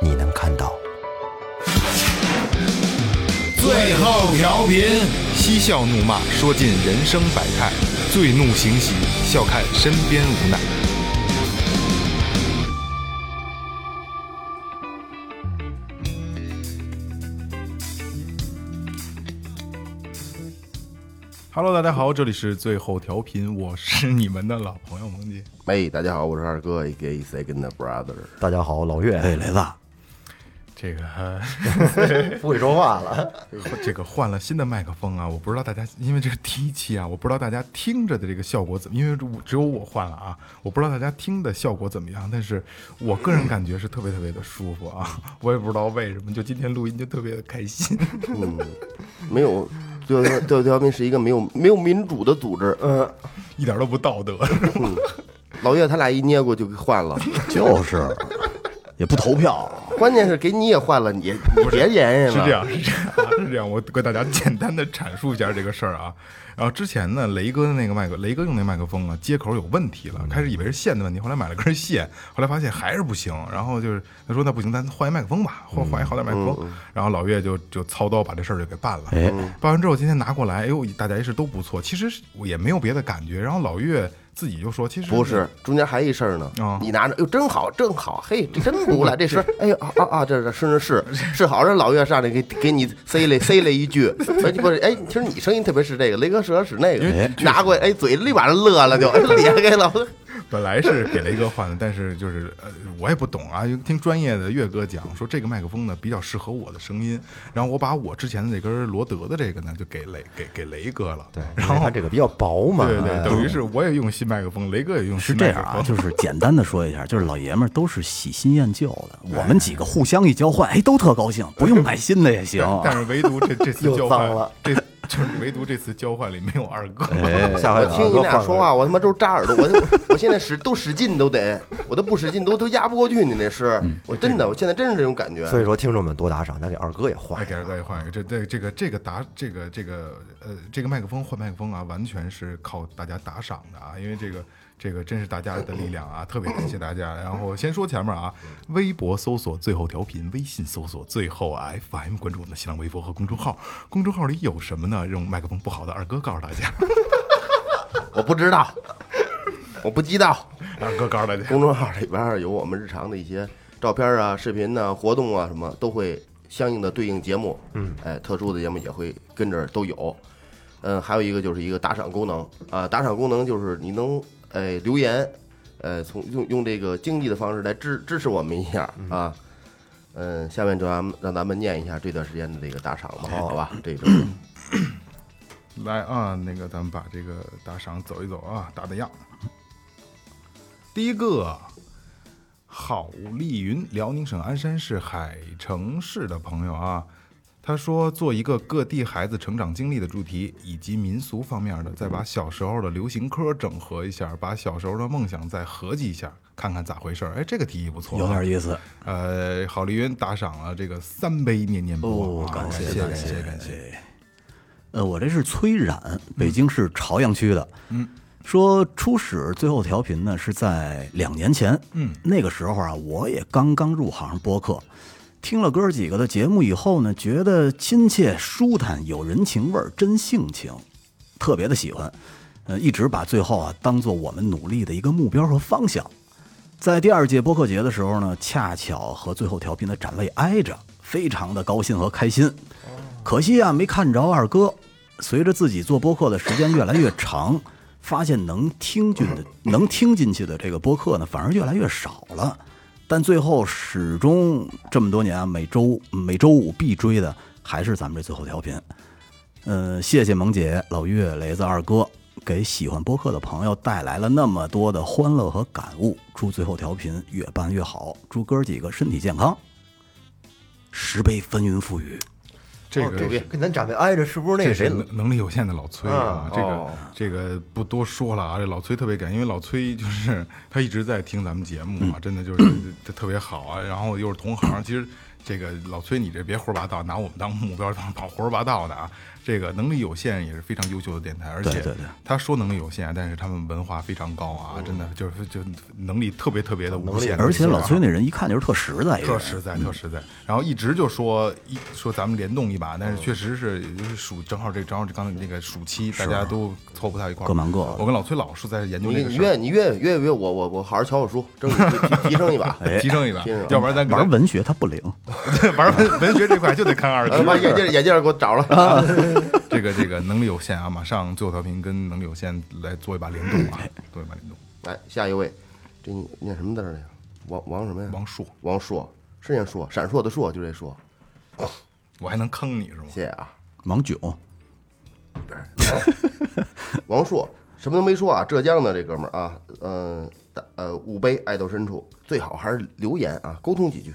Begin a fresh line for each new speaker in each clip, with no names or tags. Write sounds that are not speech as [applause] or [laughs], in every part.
你能看到。
最后调频，嬉笑怒骂，说尽人生百态；醉怒行喜，笑看身边无奈。Hello，大家好，这里是最后调频，我是你们的老朋友蒙杰。
哎，大家好，我是二哥，A.K.A. Second Brother。
大家好，老岳，哎，雷子，
这个
不会说话了，
这个换了新的麦克风啊，我不知道大家，因为这是第一期啊，我不知道大家听着的这个效果怎么，因为我只有我换了啊，我不知道大家听的效果怎么样，但是我个人感觉是特别特别的舒服啊，我也不知道为什么，就今天录音就特别的开心。 [laughs]
嗯，没有，最后最后调频是一个没有没有民主的组织。嗯，
一点都不道德。
老岳他俩一捏过就给换了，
就是，也不投票，
关键是给你也换了，你你别言
是这
语了。
样，是这样啊，是这样。我给大家简单的阐述一下这个事儿啊。然后之前呢，雷哥的那个麦克，雷哥用那麦克风啊，接口有问题了，开始以为是线的问题，后来买了根线，后来发现还是不行。然后就是他说那不行，咱换一麦克风吧，换换一好点麦克风。然后老岳就就操刀把这事儿就给办了。办完之后今天拿过来，哎呦，大家一试都不错，其实是我也没有别的感觉。然后老岳自己就说，其实
不是，中间还一事儿呢。
哦
你拿着，哟，真好，真好，嘿，这真不赖，这是，哎呦，啊啊啊，这这是是
[laughs]
是是好，这老岳上来给给你塞了塞了一句，哎，不是，哎，其实你声音特别是这个，雷哥适合使那
因
个
为，
拿过来，哎，嘴立马就乐了，就咧开了。
本来是给雷哥换的，但是就是呃，我也不懂啊，因为听专业的岳哥讲说这个麦克风呢比较适合我的声音，然后我把我之前的这根罗德的这个呢就给雷给给雷哥了，对，
然后它这个比较薄嘛，
对对，
哎
等于是我也用新麦克风，雷哥也用
是
新
这
麦克
样啊，
风，
[laughs] 就是简单的说一下，就是老爷们儿都是喜新厌旧的，我们几个互相一交换，哎，都特高兴，不用买新的也行。
啊
但是唯独这这次
又
交
脏
换
了，
这 [laughs] 就是唯独这次交换里没有二哥，
哎下回
我听你
多
俩
换
说
个
话，我他妈都扎耳朵，我都我现在使都使劲都得，我都不使劲都都压不过去你那是，我真的，我现在真是这种感觉。
嗯所以说听众们多打赏，咱给二哥也换
哎，给二哥也换一个。这这这个这个打这个这个呃这个麦克风换麦克风啊，完全是靠大家打赏的啊，因为这个这个真是大家的力量啊，特别感谢大家。然后先说前面啊，微博搜索最后调频，微信搜索最后 FM，关注我们的新浪微博和公众号。公众号里有什么呢？用麦克风不好的二哥告诉大家，
我不知道，我不知道。
二哥告诉大家。
[laughs] 公众号里边儿有我们日常的一些照片啊、视频呐、活动啊什么，都会相应的对应节目。嗯，哎，特殊的节目也会跟着都有。嗯，还有一个就是一个打赏功能啊，打赏功能就是你能哎留言，呃，从用用这个经济的方式来支支持我们一下啊。嗯，下面就咱们让咱们念一下这段时间的这个打赏吧，好吧？这 [clears throat] 周
来啊，那个咱们把这个打赏走一走啊，打打样。第一个，郝丽云，辽宁省鞍山市海城市的朋友啊，他说做一个各地孩子成长经历的主题，以及民俗方面的，再把小时候的流行歌整合一下，把小时候的梦想再合计一下，看看咋回事儿。哎，这个提议不错、啊，
有点意思，
呃，郝丽云打赏了这个三杯念念不忘、啊，感谢感谢感谢。
呃，我这是崔冉，北京市朝阳区的。嗯，说初始最后调频呢是在两年前。嗯，那个时候啊，我也刚刚入行播客，听了哥几个的节目以后呢，觉得亲切、舒坦、有人情味儿，真性情，特别的喜欢。呃，一直把最后啊当做我们努力的一个目标和方向。在第二届播客节的时候呢，恰巧和最后调频的展位挨着，非常的高兴和开心。可惜啊，没看着二哥。随着自己做播客的时间越来越长，发现能听进的、能听进去的这个播客呢，反而越来越少了。但最后始终这么多年啊，每周每周五必追的还是咱们这最后调频。嗯，谢谢萌姐、老岳、雷子、二哥，给喜欢播客的朋友带来了那么多的欢乐和感悟。祝最后调频越办越好，祝哥儿几个身体健康。十杯翻云覆雨，
这
主
个
编
跟咱长辈挨着，是不是那
这
个
是
谁？
能能力有限的老崔啊
啊，
这个
哦
这个不多说了啊，这老崔特别感，因为老崔就是他一直在听咱们节目
嗯
嘛，真的就是他特别好啊，然后又是同行，其实。这个老崔，你这别胡说八道，拿我们当目标，当跑胡说八道的啊！这个能力有限也是非常优秀的电台，而且
对对对
他说能力有限，但是他们文化非常高啊，
嗯
真的就是就能力特别特别的无限。啊
而且老崔那人一看就是特实在，一个
特
人
实在，特实在。然后一直就说一说咱们联动一
哦
把，但是确实是暑正好这正好这刚才那个暑期，大家都凑不到一块儿，
各忙各
我跟老崔老是在研究
你
这个
你
事儿，
越你越越越我我我好好瞧瞧书，争取提提升一 [laughs] 把。
提升一把
哎提升一，把
要不然咱可
哎玩文学他不灵， [laughs]
能玩文文学这块就得看二
呃，把眼
级。
镜眼镜给我找 [laughs] 了，
这个这个能力有限啊，马上最后调频跟能力有限来做一把联动啊，
嗯
做一把联动。
来下一位，这你念什么字儿呀？王王什么呀？
王硕，
王硕是念硕，闪烁的烁，就这硕。
我还能坑你是吗？
谢谢啊，
王炯
王硕什么都没说啊，浙江的这哥们儿啊，嗯呃呃，五杯爱到深处，最好还是留言啊，沟通几句。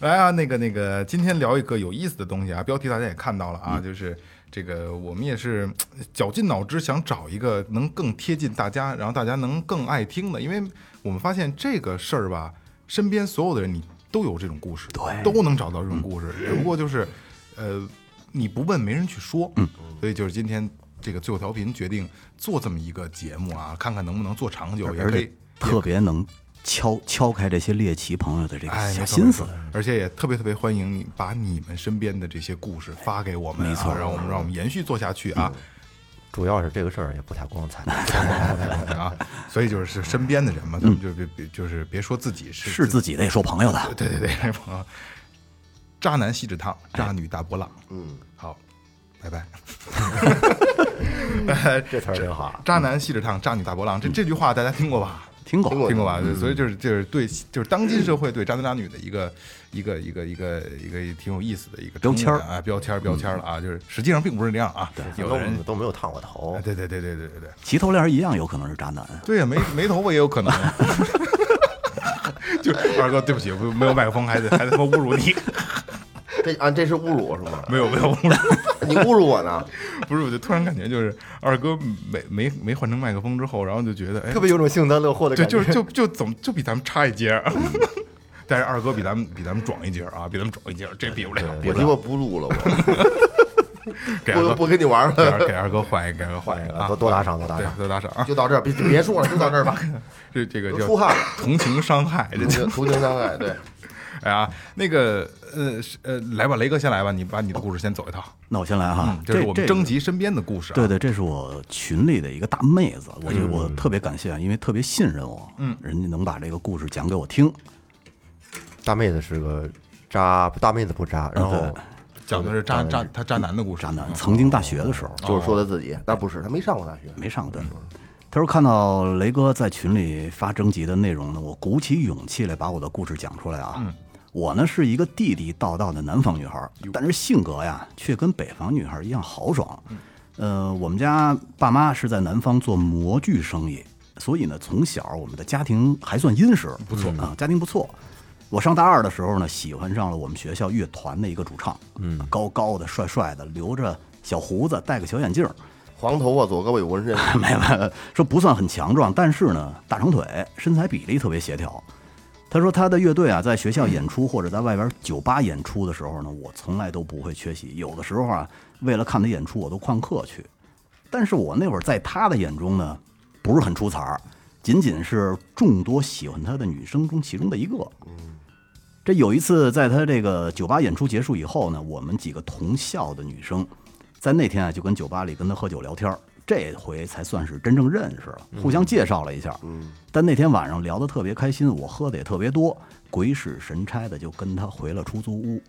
来啊，那个那个，今天聊一个有意思的东西啊，标题大家也看到了啊，
嗯
就是这个我们也是呃绞尽脑汁想找一个能更贴近大家，然后大家能更爱听的，因为我们发现这个事儿吧，身边所有的人你都有这种故事，对，都能找到这种故事，
嗯
只不过就是呃，你不问没人去说，嗯，所以就是今天这个最后调频决定做这么一个节目啊，看看能不能做长久，也
而
可
且
以。
特别能敲敲开这些猎奇朋友的这个
哎，
小
没错
心思
没。错而且也特别特别欢迎你把你们身边的这些故事发给我们、啊，
没错
让我们让我们延续做下去啊，
主要是这个事儿也不太光彩。
[laughs]
嗯
啊，所以就是身边的人嘛，咱们就别别就是别说自己是
嗯是自己的也说朋友的，
对对 [laughs] 对，那朋友，渣男锡纸烫，
哎
渣女大波浪，嗯，好，拜拜。
这词儿挺好，
渣男锡纸烫，渣女大波浪，这这句话大家听过吧？
听过
听过
听过吧？对所以就是就是对，就是当今社会对渣男渣女的一个一个一个一个一个挺有意思的一个
标签儿
称呼啊，标签儿标签儿了啊，就是实际上并不是这样啊，有
都
的人。
都没有烫过头
啊，对对对对对对对，
齐头链一样有可能是渣男。
对呀，没没头发也有可能。啊 [laughs] 就是二哥，对不起，我没有麦克风，还得还他妈侮辱你，
这啊，这是侮辱我是吗？ [laughs]
没有没有侮辱，
你侮辱我呢？
不是，我就突然感觉就是二哥没没没换成麦克风之后，然后就觉得哎
特，别有种幸灾乐祸的
就
感觉。
就是就就怎么就比咱们差一截儿， [laughs] 但是二哥比咱们比咱们壮一截儿啊，比咱们壮一截儿，这比不了，比
我
不
鸡巴
了，
不录了，
[laughs]
我
给二
不
哥
不跟你玩
给
了，
[laughs]
二给二哥换一个，给二哥换一个啊，
多多打赏多打
对
赏，
多打赏啊！
就到这儿，别别说了，就到这
[laughs]
儿吧。
这这个
都
叫
出汗了
[laughs] 同情伤
[laughs]
害，这
途
叫
径途径伤害，对，
[laughs] 哎呀，那个呃是呃，来吧，雷哥先来吧，你把你的故事先走一套，
那我先来哈
嗯，这
这
是我们
这
征集身边的故事啊，
对对，这是我群里的一个大妹子，我
嗯
觉得我特别感谢啊，因为特别信任我，嗯，人家能把这个故事讲给我听，
大妹子是个渣，大妹子不渣，然后
讲的是渣渣他渣男的故事，
渣男曾经大学的时候
就是说他自己，那不是他没上过大学，
没上对。他说看到雷哥在群里发征集的内容呢，我鼓起勇气来把我的故事讲出来啊。我呢是一个地地道道的南方女孩儿，但是性格呀却跟北方女孩儿一样豪爽。呃，我们家爸妈是在南方做模具生意，所以呢从小我们的家庭还算殷实，不错啊，家庭不错。我上大二的时候呢，喜欢上了我们学校乐团的一个主唱，嗯，高高的、帅帅的，留着小胡子，戴个小眼镜儿，
黄头发，左胳膊
[laughs]
有纹身，
[laughs] 没有没有，说不算很强壮，但是呢，大长腿，身材比例特别协调。他说他的乐队啊，在学校演出或者在外边酒吧演出的时候呢，我从来都不会缺席。有的时候啊，为了看他演出，我都旷课去。但是我那会儿在他的眼中呢，不是很出彩儿，仅仅是众多喜欢他的女生中其中的一个。这有一次，在他这个酒吧演出结束以后呢，我们几个同校的女生，在那天啊就跟酒吧里跟他喝酒聊天儿，这回才算是真正认识了，互相介绍了一下。嗯，但那天晚上聊得特别开心，我喝的也特别多，鬼使神差的就跟他回了出租屋。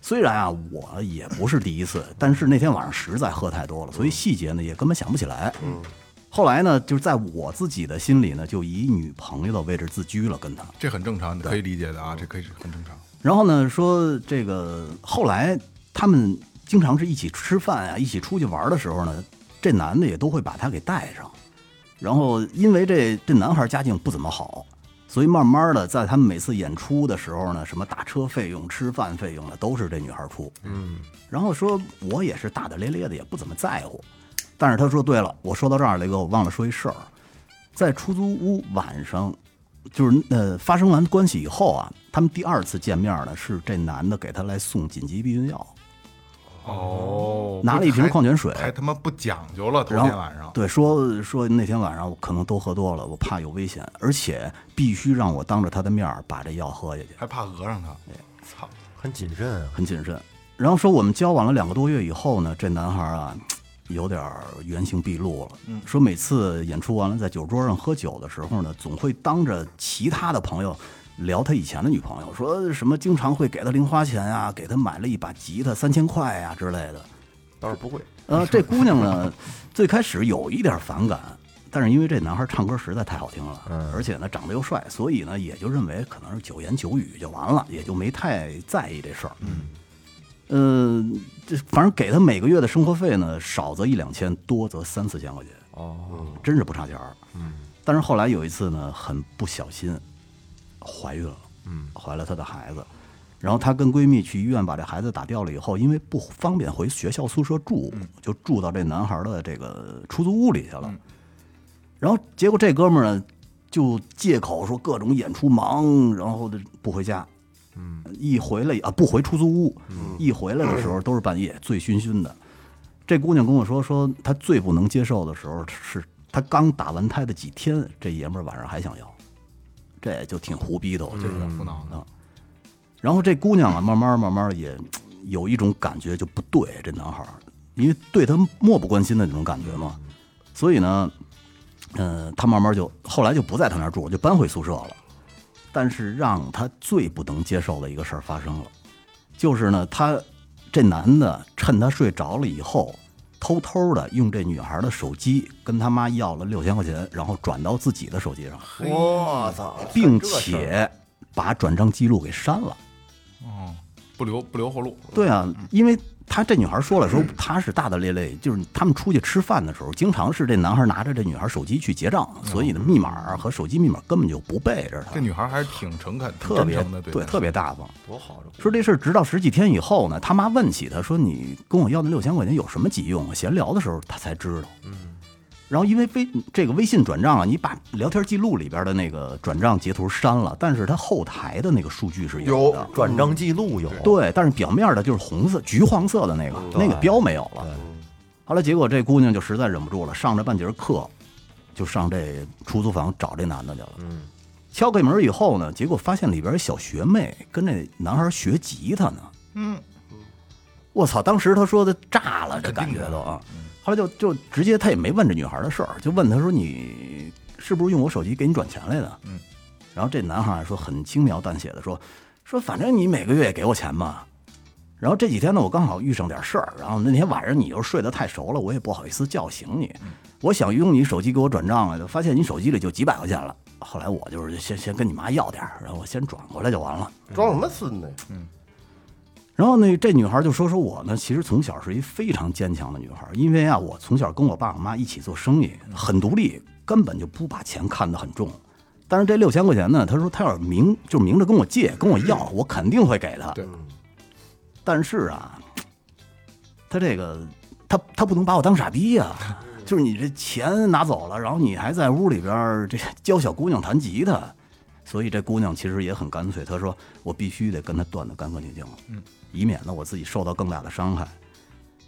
虽然啊，我也不是第一次，但是那天晚上实在喝太多了，所以细节呢也根本想不起来。嗯，后来呢，就是在我自己的心里呢，就以女朋友的位置自居了，跟他。
这很正常，你可以理解的啊，这可以是很正常。
然后呢，说这个后来他们经常是一起吃饭啊，一起出去玩的时候呢，这男的也都会把她给带上。然后因为这这男孩家境不怎么好，所以慢慢的，在他们每次演出的时候呢，什么打车费用、吃饭费用呢，都是这女孩出。嗯，然后说我也是大大咧咧的，也不怎么在乎。但是他说，对了，我说到这儿，雷哥，我忘了说一事儿，在出租屋晚上，就是呃发生完关系以后啊，他们第二次见面呢，是这男的给她来送紧急避孕药，
哦，
拿了一瓶矿泉水
还他妈不讲究了。头
然后
天晚上，
对说说那天晚上我可能都喝多了，我怕有危险，而且必须让我当着他的面儿把这药喝下去。
还怕讹上他，
嗯
操！
很谨慎啊。
很谨慎。然后说我们交往了两个多月以后呢，这男孩啊有点儿原形毕露了。说每次演出完了在酒桌上喝酒的时候呢，总会当着其他的朋友聊他以前的女朋友，说什么经常会给他零花钱啊，给他买了一把吉他三千块啊之类的。
倒是不会，
呃，这姑娘呢，最开始有一点反感，但是因为这男孩唱歌实在太好听了，而且呢长得又帅，所以呢也就认为可能是九言九语就完了，也就没太在意这事儿。嗯，呃，这反正给他每个月的生活费呢，少则一两千，多则三四千块钱。哦，真是不差钱儿。嗯，但是后来有一次呢，很不小心怀孕了，嗯，怀了她的孩子。然后她跟闺蜜去医院把这孩子打掉了以后，因为不方便回学校宿舍住，就住到这男孩的这个出租屋里去了。然后结果这哥们儿呢，就借口说各种演出忙，然后就不回家。嗯，一回来啊，不回出租屋，一回来的时候都是半夜，醉醺醺的。这姑娘跟我说，说她最不能接受的时候是她刚打完胎的几天，这爷们儿晚上还想要，这也就挺胡逼的，我觉
这
得。
有点胡闹呢。
然后这姑娘啊，慢慢慢慢也嘖有一种感觉就不对，这男孩儿，因为对他漠不关心的那种感觉嘛，所以呢，呃，他慢慢就后来就不在他那儿住，就搬回宿舍了。但是让他最不能接受的一个事儿发生了，就是呢，他这男的趁他睡着了以后，偷偷的用这女孩的手机跟他妈要了六千块钱，然后转到自己的手机上，
我操！
并且把转账记录给删了。
哦，不留不留后路。
对啊，因为她这女孩说了，说她是大大咧咧，就是他们出去吃饭的时候，经常是这男孩拿着这女孩手机去结账，所以呢，密码和手机密码根本就不背着
嗯这
她，
女孩还是挺诚恳、挺
特
真
别
诚的，
对，特别大方。
多好这
说这事儿直到十几天以后呢，他妈问起他说：“你跟我要那六千块钱有什么急用啊？”闲聊的时候他才知道。嗯。然后因为微这个微信转账啊，你把聊天记录里边的那个转账截图删了，但是他后台的那个数据是有的。
转账记录有，
对，但是表面的就是红色、橘黄色的那个，那个标没有了。后来结果这姑娘就实在忍不住了，上着半节课，就上这出租房找这男的去了。嗯，敲开门以后呢，结果发现里边有小学妹跟这男孩学吉他呢。嗯，我操！当时他说的炸了，这感觉都啊。后来就就直接他也没问这女孩的事儿，就问他说你是不是用我手机给你转钱来的？嗯，然后这男孩说很轻描淡写的说说反正你每个月也给我钱嘛。然后这几天呢，我刚好遇上点事儿，然后那天晚上你又睡得太熟了，我也不好意思叫醒你。我想用你手机给我转账来的，发现你手机里就几百块钱了。后来我就是先先跟你妈要点儿，然后我先转过来就完了。
装什么孙子呀？
然后呢，这女孩就说说我呢，其实从小是一非常坚强的女孩，因为啊，我从小跟我爸我妈一起做生意，很独立，根本就不把钱看得很重。但是这六千块钱呢，她说她要是明就明着跟我借，跟我要，我肯定会给她。
对
但是啊，她这个她她不能把我当傻逼呀、就是你这钱拿走了，然后你还在屋里边儿这教小姑娘弹吉他，所以这姑娘其实也很干脆，她说我必须得跟她断得干干净净，嗯，以免呢我自己受到更大的伤害。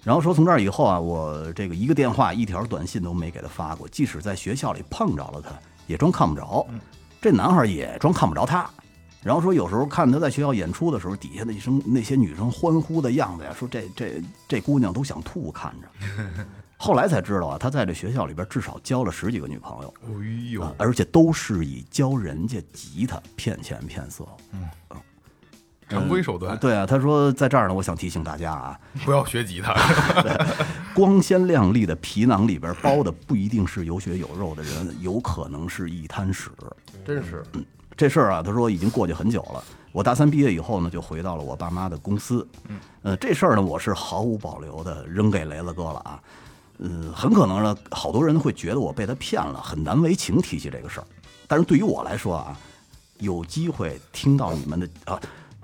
然后说从这儿以后啊，我这个一个电话、一条短信都没给她发过，即使在学校里碰着了她，也装看不着。这男孩也装看不着她。然后说有时候看她在学校演出的时候，底下那生那些女生欢呼的样子呀，说这这这姑娘都想吐，看着。后来才知道啊，他在这学校里边至少交了十几个女朋友。
哎
啊
呦，
而且都是以教人家吉他骗钱骗色。
常规手段，
对啊，他说在这儿呢，我想提醒大家啊，
[laughs] 不要
[laughs]
学吉他。
光鲜亮丽的皮囊里边包的不一定是有血有肉的人，有可能是一滩屎。
真是
这事儿啊，他说已经过去很久了。我大三毕业以后呢，就回到了我爸妈的公司。嗯，呃，这事儿呢，我是毫无保留的扔给雷子哥了啊。嗯，很可能呢，好多人会觉得我被他骗了，很难为情提起这个事儿。但是对于我来说啊，有机会听到你们的啊。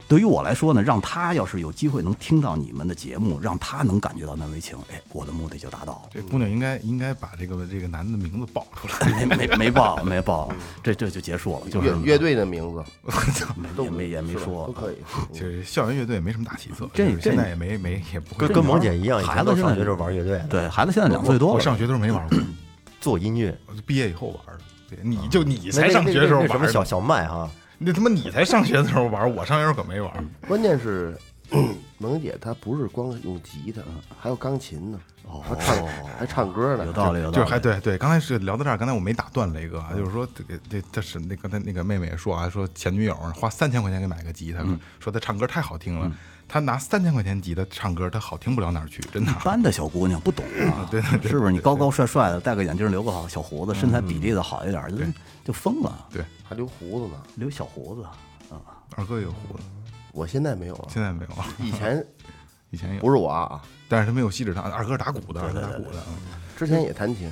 对于我来说呢，让他要是有机会能听到你们的节目，让他能感觉到难为情，哎，我的目的就达到了。 [laughs]
这姑娘应该应该把这个这个男的名字报出来。
没没没报，没报，
嗯
这这就结束了，就是
乐乐队的名字
也没也没
是吧
说啊
都，可以。
其实校园乐队没什么大起色，
这
就是现
这
在也没没也不会
跟跟萌姐一样，以
孩
前
子
都
现在
上学时候玩乐队，
对孩子现在两岁多
我
了，
上学的时候没玩过，
做音乐。
我就毕业以后玩的。对，你就你才
那
上学的时候
啊那那什
玩
么小
的，
小麦哈，
那他妈你才上学的时候玩，我上学的时候可没
嗯
玩。
嗯关键是， [clears throat] 萌姐她不是光用吉他，还有钢琴呢，还唱还唱歌呢，
有道理，有
就
道
是
理。
还对对，刚才是聊到这儿，刚才我没打断雷哥啊，就是说这个这他是那刚才那个妹妹也说啊，说前女友花三千块钱给买个吉他，
嗯
说她唱歌太好听了，她拿三千块钱吉他唱歌，她好听不了哪儿去，真
[laughs]
的
一。般的小姑娘不懂啊， [laughs] 对对嗯是不是？你高高帅帅的，戴个眼镜，留个好小胡子，身材比例的好一点，就就疯了，
对，
还留胡子呢。
留小胡子。
二哥也有胡子，
我现在没有了，
现在没有，啊
以前
以前有，
不是我啊，
但是他没有锡纸烫，二哥打鼓的，二哥打鼓的。嗯
之前也弹琴，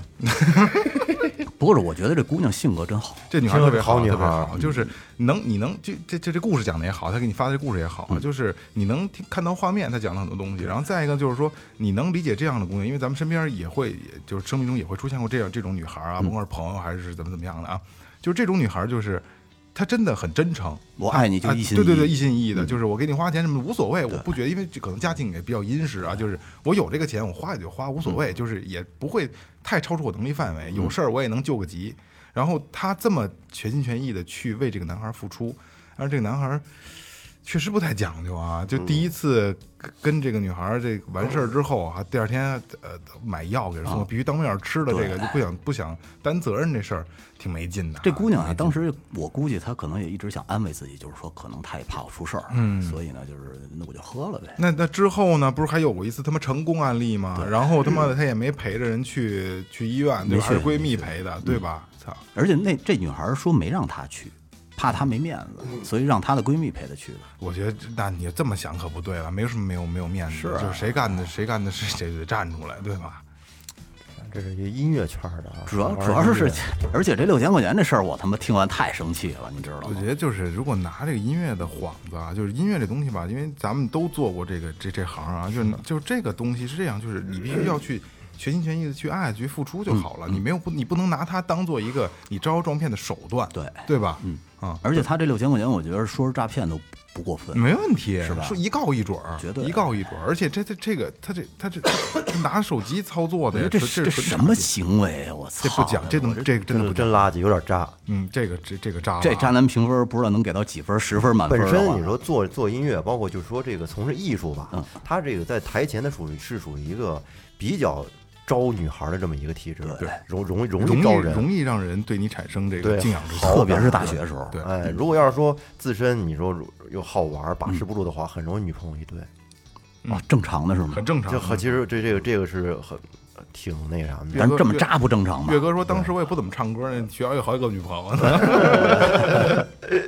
不过是我觉得这姑娘性格真好，啊
这女孩特别好，
听着
特
是
别
好女孩
好，就是能你能这这这这故事讲的也好，她给你发的这故事也
嗯
好，啊就是你能听看到画面，她讲了很多东西。然后再一个就是说，你能理解这样的姑娘，因为咱们身边也会，也就是生命中也会出现过这样这种女孩
嗯
啊，甭管是朋友还是怎么怎么样的啊，就是这种女孩就是。她真的很真诚，
我爱你就
啊
一心
对对对，
一意嗯
一心一意的，就是我给你花钱什么的无所谓，我不觉得，因为这可能家境也比较殷实啊，就是我有这个钱，我花也就花，无所
嗯
谓，就是也不会太超出我能力范围，有事儿我也能救个急。然后他这么全心全意的去为这个男孩付出，而这个男孩确实不太讲究啊，
嗯
就第一次跟这个女孩这个完事儿之后啊，第二天呃买药给人
啊
送，必须当面吃了这个，就不想不想担责任这事儿挺没劲的啊。
这姑娘啊，当时我估计她可能也一直想安慰自己，就是说可能她也怕我出事儿，嗯，所以呢，就是那我就喝了呗。
那那之后呢？不是还有过一次他妈成功案例吗？然后他妈的他也没陪着人去去医院，对吧？还
没
是
事嗯
闺蜜陪的，对吧？操！
而且那这女孩说没让她去，怕她没面子，所以让她的闺蜜陪她去的。
我觉得这那你这么想可不对了，没有什么没有没有面子，
啊
就是谁干的谁干的事谁得站出来，对吧？
这是一个音乐圈的啊，
主要
玩
主要是
音乐
是，而且这六千块钱这事儿，我他妈听完太生气了，你知道
我
吗
觉？得就是，如果拿这个音乐的幌子啊，就是音乐这东西吧，因为咱们都做过这个这这行啊，就是就是这个东西是这样，就是你必须要
[clears throat]
去全心全意的去爱，去付出就好
嗯
了。你没有不，你不能拿它当做一个你招摇撞骗的手段，
对
对吧？嗯啊，
而且她这六千块钱，我觉得说是诈骗都不过分。
没问题，
是吧
说一告一准儿，
绝对
一告一准儿。而且这这这个他这他这他拿手机操作
我
的
觉
呀，
得这
是
这
纯
什
傻逼？
么行为啊！我操！
这不讲，这能这个真的不
真真
讲。
垃圾，有点渣。
嗯，这个这这个渣了啊，
这渣男评分不知道能给到几分，十分满分
本
的话
身你说做做音乐，包括就是说这个从事艺术吧，
嗯
他这个在台前的属于是属于一个比较招女孩的这么一个体质，
对，
容容容
容
易招
易
人，
容易让人对你产生这个
对
敬仰之情。
特别是大学时候，
对
哎，如果要是说自身你说又好玩把
嗯
持不住的话，很容易女朋友一堆。
啊，正常的是吗
很？正常啊
这。和其实这这个这个是很挺那啥的。
但是这么渣不正常吧
岳？哥说，当时我也不怎么唱歌，那学校有好几个女朋友呢。
[laughs]
[laughs]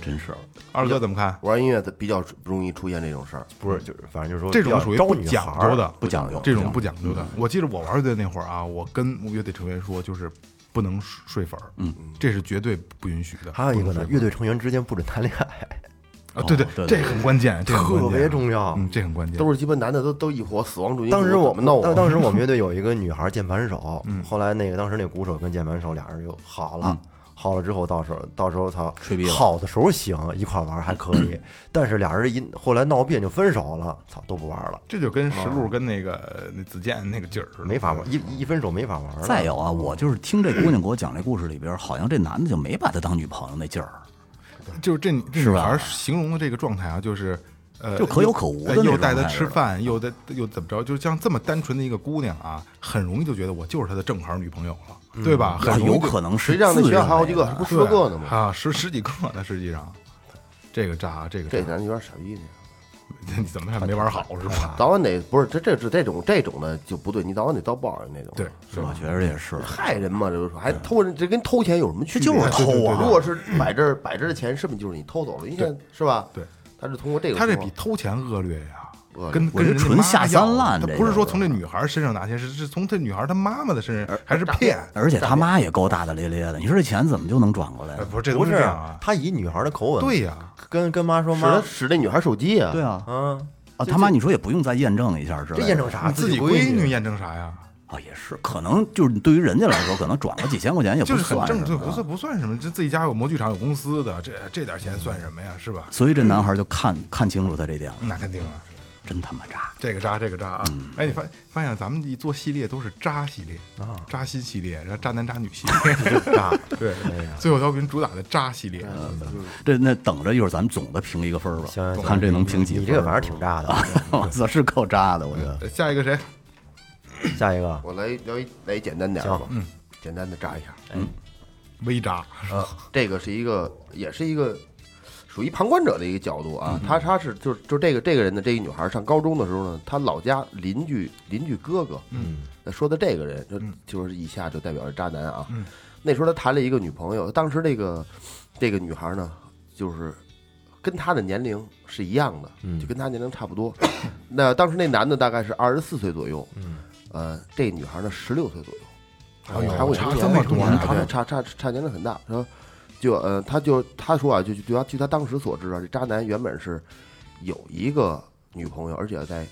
真是，
二哥怎么看？
玩音乐的比较容易出现这种事儿。
不是，就是反正就是说
这种
要
属于
招
不
女
讲
孩
究
儿
的，
不讲究
这种不讲究
嗯
的。我记得我玩乐队那会儿啊，我跟乐队成员说，就是不能睡粉儿，嗯，这是绝对不允许的。
还有一个
不能睡
呢
粉，儿
乐队成员之间不准谈恋爱，
啊，对对
哦，对对
这很关键，这很关
特
键
别重要。
嗯，这很关键。
都是鸡巴男的都都一伙死亡主义。
当时我
怎么弄
当
啊？
当时我们乐队有一个女孩键盘手，后来那个当时那鼓手跟键盘手俩人就好了，好了之后到时候到时候操
吹逼了
好的时候行，一块玩还可以， [clears throat] 但是俩人一后来闹别扭分手了，操都不玩了，
这就跟石路跟那个那子健那个劲儿似的，
哦没法玩，一一分手没法玩了。
再有啊，我就是听这姑娘给我讲这故事里边，好像这男的就没把她当女朋友那劲儿，
就是这这
是
女
吧
孩形容的这个状态啊，就是呃，
就可有可无的
呃
那种
又带她
状态
吃饭，又
嗯
带又怎么着，就是像这么单纯的一个姑娘啊，很容易就觉得我就是她的正牌女朋友
嗯
了，对吧？很容易
有
就
可能是
谁让那
自
学校
认
还有
为
几个，
的
不是十个呢吗？
啊，十十几个呢，实际上。这个渣，这个
这
渣，
男的有点傻逼呢。
[laughs] 你怎么还没玩好是吧？
早晚得不是这这这这种这种的就不对，你早晚得遭报应那种。
对，，是吧
我？觉得也是，
害人嘛，这不是还偷人，这跟偷钱有什么区别？
这就是偷啊
如果是摆这儿摆这儿的钱，是不是就是你偷走了？你看是吧？
对，
他是通过这个
他
情
这
况，
比偷钱恶劣呀，
恶劣
跟
我
跟
觉得
人家
纯
妈
下
要啊
三滥
他
这
不是
个
说
是
从这女孩身上拿钱，是是从他女孩她妈妈的身
呃
上，还是骗？
而且他妈也够大大咧咧的，你说这钱怎么就能转过来
哎，
呢？
不是，这
不
都是
是
这样啊？
他以女孩的口吻，
对呀，
跟跟妈说
使
妈
他，使那女孩手机啊，
对
呃
啊，
嗯，
啊他妈，你说也不用再验证一下之类
这
的，
验证啥？
你啊自己
闺
闺女验证啥呀？
啊也是，可能就是对于人家来说，可能转个几千块钱也
就
不
是很
算
正，
什
这
么
不算不算什么，这自己家有模具厂有公司的，这这点钱算什么呀？是吧？
所以这男孩就看看清楚他这点了，
那肯定啊，
真他妈渣。
这个渣这个渣啊！哎，你发发现咱们一做系列都是渣系列啊，渣系系列，然后渣男渣女系列，
[laughs]
渣对，最后调频主打的渣系列，嗯
这那等着一会儿咱们总的评一个分儿吧，
行行
看这能评几
你
分。啊
这个反正挺炸的。
我操，是够渣的，我觉
嗯
得。
下一个谁？
下一个，
我来聊一来一简单点儿吧，嗯，简单的扎一下。
微渣，
这个是一个，也是一个属于旁观者的一个角度啊。他他是就就这个这个人的这个女孩上高中的时候呢，她老家邻居邻居哥哥，嗯，说的这个人就就是以下就代表着渣男啊。那时候他谈了一个女朋友，当时这个这个女孩呢，就是跟他的年龄是一样的，
嗯
就跟他年龄差不多。 [coughs] 那当时那男的大概是二十四岁左右，嗯，呃，这女孩呢十六岁左右。
哎呦
还会
差这么多呢
啊对，差差差年龄很大。然后就呃，他就他说啊，就就他据他当时所知啊，这渣男原本是有一个女朋友，而且在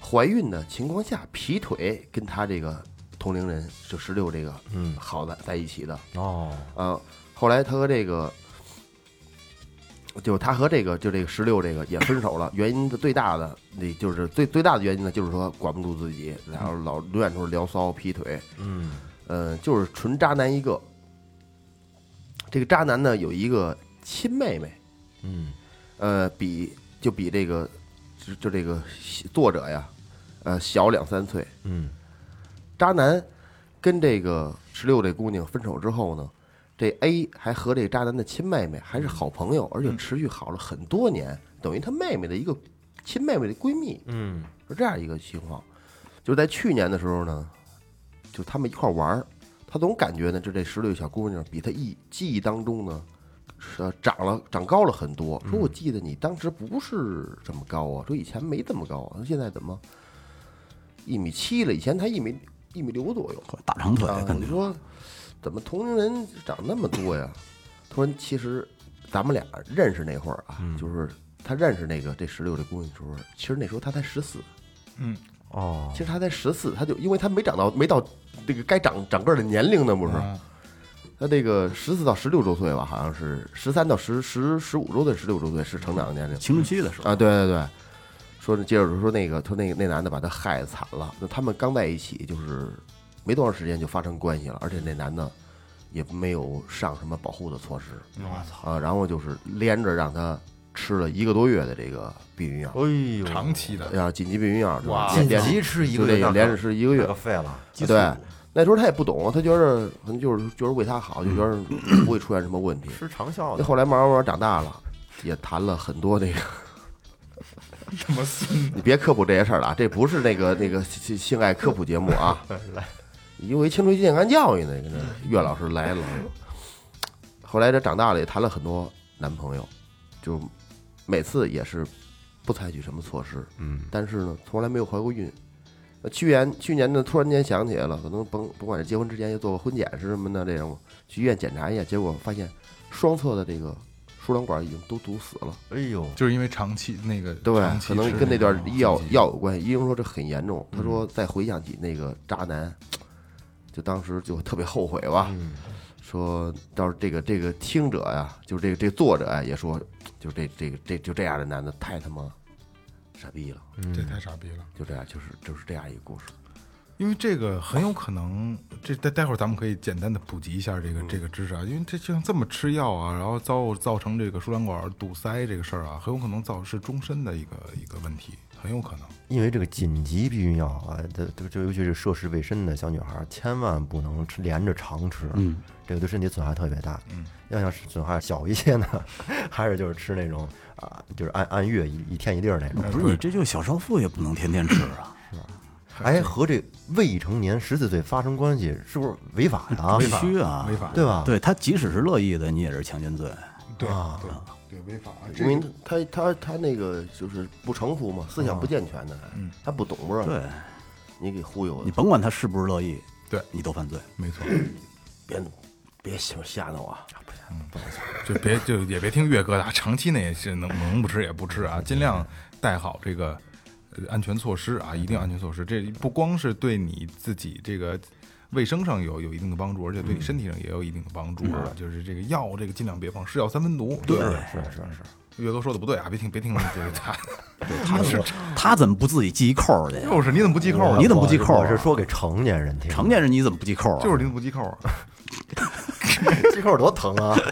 怀孕的情况下劈腿跟他这个同龄人就十六这个
嗯，
好的在一起的。
哦，
呃，后来他和这个，就是他和这个就这个十六这个也分手了，原因的最大的那就是最最大的原因呢，就是说管不住自己，然后老永远都是聊骚劈腿，
嗯，
呃，就是纯渣男一个。这个渣男呢有一个亲妹妹，
嗯，
呃，比就比这个就就这个作者呀，呃，小两三岁，
嗯，
渣男跟这个十六这姑娘分手之后呢，这 A 还和这渣男的亲妹妹还是好朋友，而且持续好了很多年，等于他妹妹的一个亲妹妹的闺蜜，
嗯，
是这样一个情况。就是在去年的时候呢，就他们一块玩儿，他总感觉呢，就这十六小姑娘比他忆记忆当中呢。是呃长了，长高了很多。说我记得你当时不是这么高啊，说以前没这么高啊，现在怎么一米七了？以前才一米一米六左右。
大长腿
啊，
肯
你
定。
说怎么同龄人长那么多呀？他说其实咱们俩认识那会儿啊，就是他认识那个这十六这姑娘的时候，其实那时候他才十四，
哦
其，实他才十四， [laughs] 他就因为他没长到没到这个该长长个儿的年龄呢，不是？
嗯
他这个十四到十六周岁吧，好像是十三到十十十五周岁，十六周岁是成长的年龄。
青春期的时候，
啊，对对对，说接着说那个，说那个那男的把她害惨了。那他们刚在一起，就是没多长时间就发生关系了，而且那男的也没有上什么保护的措施。我操！啊，然后就是连着让她吃了一个多月的这个避孕药，
哎呦，
长期的，
要紧急避孕药，
哇
连
紧
连
急吃一
就
个
这
月，
个连着吃一个月
那，废了，
对。那时候他也不懂，他觉着可能就是觉得为他好，就觉着
嗯
不会出现什么问题。
吃长效
那
的，
后来慢慢慢慢长大了，也谈了很多那个
这么孙
[laughs] 你别科普这些事儿了啊，这不是那个那个性性爱科普节目
[laughs]
啊，因为青春期健康教育呢，跟这岳老师来了。后来这长大了也谈了很多男朋友，就每次也是不采取什么措施，
嗯，
但是呢，从来没有怀过孕。那去年去年呢，突然间想起来了，可能甭甭管是结婚之前也做过婚检是什么的这种，去医院检查一下，结果发现双侧的这个输卵管已经都堵死了。
哎呦，
就是因为长期那个，
对
长，期嗯
可能
吃
跟那段
种
药
禁忌
药有关系。医生说这很严重，他说再回想起那个渣男，就当时就特别后悔吧。
嗯
说到时候这个这个听者呀，就是这个这个作者呀，也说，就这这个这就这样的男的太他妈傻逼了，
这太傻逼了。
就这样，就是就是这样一个故事。
因为这个很有可能，这待待会儿咱们可以简单的普及一下这
嗯
个这个知识啊，因为这就像这么吃药啊，然后造造成这个输卵管堵塞这个事儿啊，很有可能造是终身的一个一个问题，很有可能。
因为这个紧急避孕药啊，它它就尤其是涉世未深的小女孩，千万不能吃连着常吃，嗯，这个对身体损害特别大。嗯，要想损害小一些呢， [laughs] 还是就是吃那种啊，就是按按月一一天一粒儿那
嗯
种。
嗯不是你这就小少妇也不能天天吃啊，
哎，和这未成年十四岁发生关系，是不是违法呀？
必须啊，
嗯违法
对吧？
对他即使是乐意的，你也是强奸罪。
对
啊
对，对，违法，这
因为
个啊
他他他那个就是不成熟嘛，思想不健全的，
嗯
他不懂不是？
对
你给忽悠
你
的，
甭管他是不是乐意，
对
你都犯罪。
没错，
别别想吓到我啊！
就别就也别听岳哥的啊，长期呢也是能能不吃也不吃啊，尽量带好这个呃安全措施啊，一定安全措施。这不光是对你自己这个卫生上有有一定的帮助，而且对你身体上也有一定的帮助啊。就是这个药这个尽量别放，是药三分毒。对，
是是是，
岳哥说的不对啊，别听别听这个他，
他是他怎么不自己系一扣儿去呀？
就是你怎么不系扣啊？
你怎么不系扣
我
啊？
是说给成年人听，
成年人你怎么不系扣啊？
就是你怎么不系扣啊？
系扣多疼啊！ [laughs]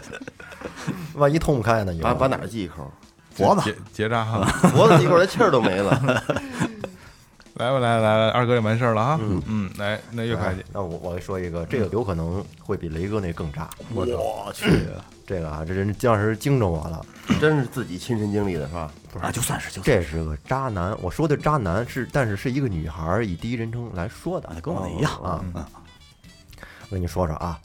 万一痛不开呢？以后
把把哪儿系一口？
脖子
结结扎哈。
脖子系一口，连气儿都没了。
[laughs] 来吧，来吧来吧，二哥就完事儿了哈。嗯嗯，来，那岳会计，
那我我说一个，这个有可能会比雷哥那更炸。
我去
这个啊，这人当时惊着我了。
真是自己亲身经历的
[laughs]
是吧？
啊！就算是就算
这是个渣男，我说的渣男是，但是是一个女孩儿以第一人称来说的
啊，跟我的一样
啊。
嗯
我跟你说说啊，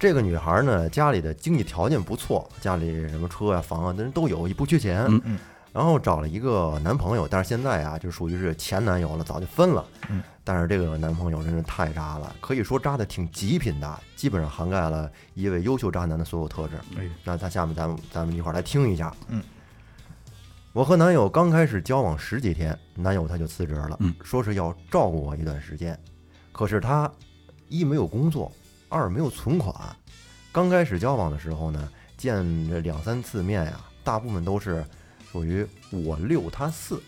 这个女孩儿呢，家里的经济条件不错，家里什么车啊、房啊，那都有，也不缺钱。
嗯
嗯
然后找了一个男朋友，但是现在啊，就属于是前男友了，早就分了。
嗯。
但是这个男朋友真是太渣了，可以说渣的挺极品的，基本上涵盖了一位优秀渣男的所有特质。
哎，
那咱下面咱们咱们一块儿来听一下。
嗯，
我和男友刚开始交往十几天，男友他就辞职了，
嗯
说是要照顾我一段时间。可是他一没有工作，二没有存款。刚开始交往的时候呢，见这两三次面呀、大部分都是属于我六他四，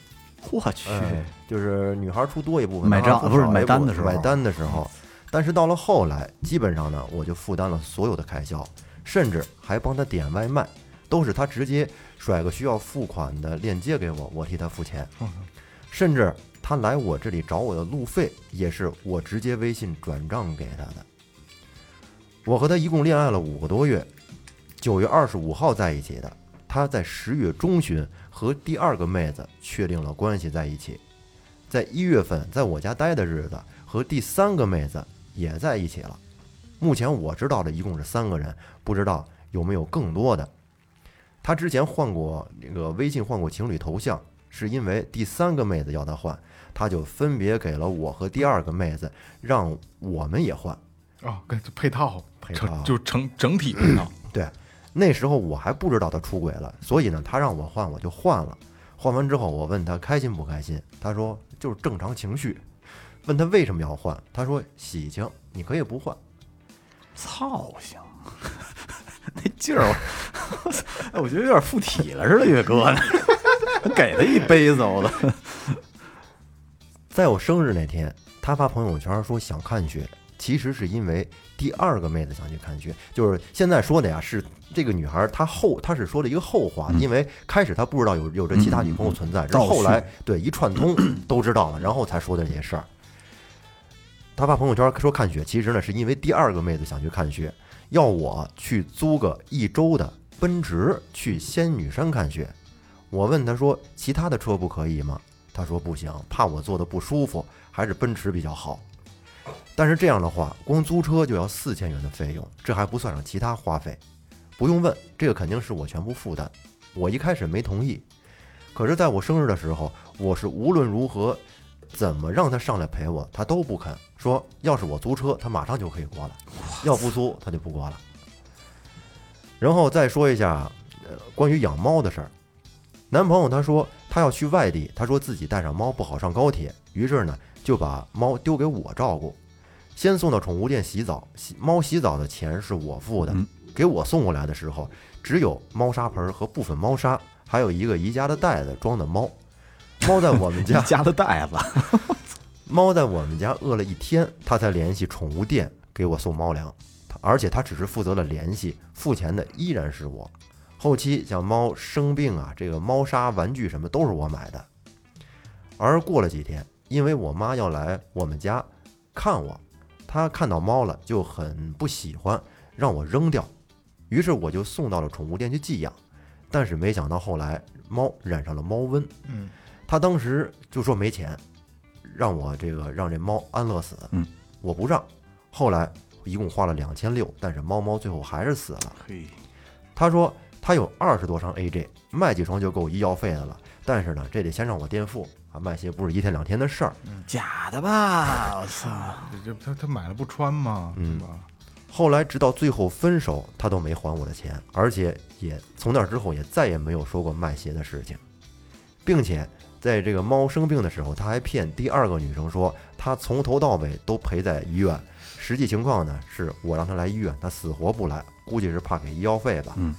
我去，
哎，就是女孩出多一部分，
买
男孩
账
出
不是
少一
买
部
单的
分
时候
买单的时候。但是到了后来，基本上呢，我就负担了所有的开销，甚至还帮他点外卖，都是他直接甩个需要付款的链接给我，我替他付钱。
嗯
甚至他来我这里找我的路费，也是我直接微信转账给他的。我和他一共恋爱了五个多月，九月二十五号在一起的。他在十月中旬和第二个妹子确定了关系在一起，在一月份在我家待的日子和第三个妹子也在一起了。目前我知道的一共是三个人，不知道有没有更多的。他之前换过那个微信换过情侣头像，是因为第三个妹子要他换，他就分别给了我和第二个妹子，让我们也换。
哦，跟配套，
配
成
套
就成整体配套。
对，那时候我还不知道他出轨了，所以呢，他让我换我就换了。换完之后，我问他开心不开心，他说就是正常情绪。问他为什么要换，他说喜庆，你可以不换。
操性，那劲儿，我哎我觉得 [laughs] 有点附体了似的，岳哥，给他一杯子，我都
在我生日那天，他发朋友圈说想看雪，其实是因为第二个妹子想去看雪，就是现在说的呀，是这个女孩她后，她是说的一个后话，因为开始她不知道有有这其他女朋友存在，然后后来对一串通都知道了，然后才说的这些事儿。他发朋友圈说看雪，其实呢是因为第二个妹子想去看雪，要我去租个一周的奔驰去仙女山看雪。我问他说其他的车不可以吗？他说不行，怕我坐的不舒服，还是奔驰比较好。但是这样的话，光租车就要四千元的费用，这还不算上其他花费。不用问，这个肯定是我全部负担。我一开始没同意，可是在我生日的时候，我是无论如何怎么让他上来陪我，他都不肯。说要是我租车，他马上就可以过来；要不租，他就不过来。然后再说一下，呃，关于养猫的事儿。男朋友他说他要去外地，他说自己带上猫不好上高铁，于是呢就把猫丢给我照顾，先送到宠物店洗澡，洗猫洗澡的钱是我付的，给我送过来的时候只有猫砂盆和部分猫砂，还有一个宜家的袋子装的猫。猫在我们家
加的袋子，
猫在我们家饿了一天，它才联系宠物店给我送猫粮，它而且它只是负责了联系，付钱的依然是我。后期像猫生病啊，这个猫砂、玩具什么都是我买的。而过了几天，因为我妈要来我们家看我，她看到猫了就很不喜欢，让我扔掉，于是我就送到了宠物店去寄养。但是没想到后来猫染上了猫瘟，
嗯，
他当时就说没钱，让我这个让这猫安乐死。
嗯，
我不让。后来一共花了两千六，但是猫猫最后还是死了。
嘿，
他说它有二十多双 AJ，卖几双就够医药费的了。但是呢，这得先让我垫付啊，卖鞋不是一天两天的事儿。
假的吧？我操！
这这他他买了不穿吗？对吧？
后来直到最后分手，他都没还我的钱，而且也从那之后也再也没有说过卖鞋的事情，并且在这个猫生病的时候，他还骗第二个女生说他从头到尾都陪在医院，实际情况呢是我让他来医院，他死活不来，估计是怕给医药费吧。
嗯，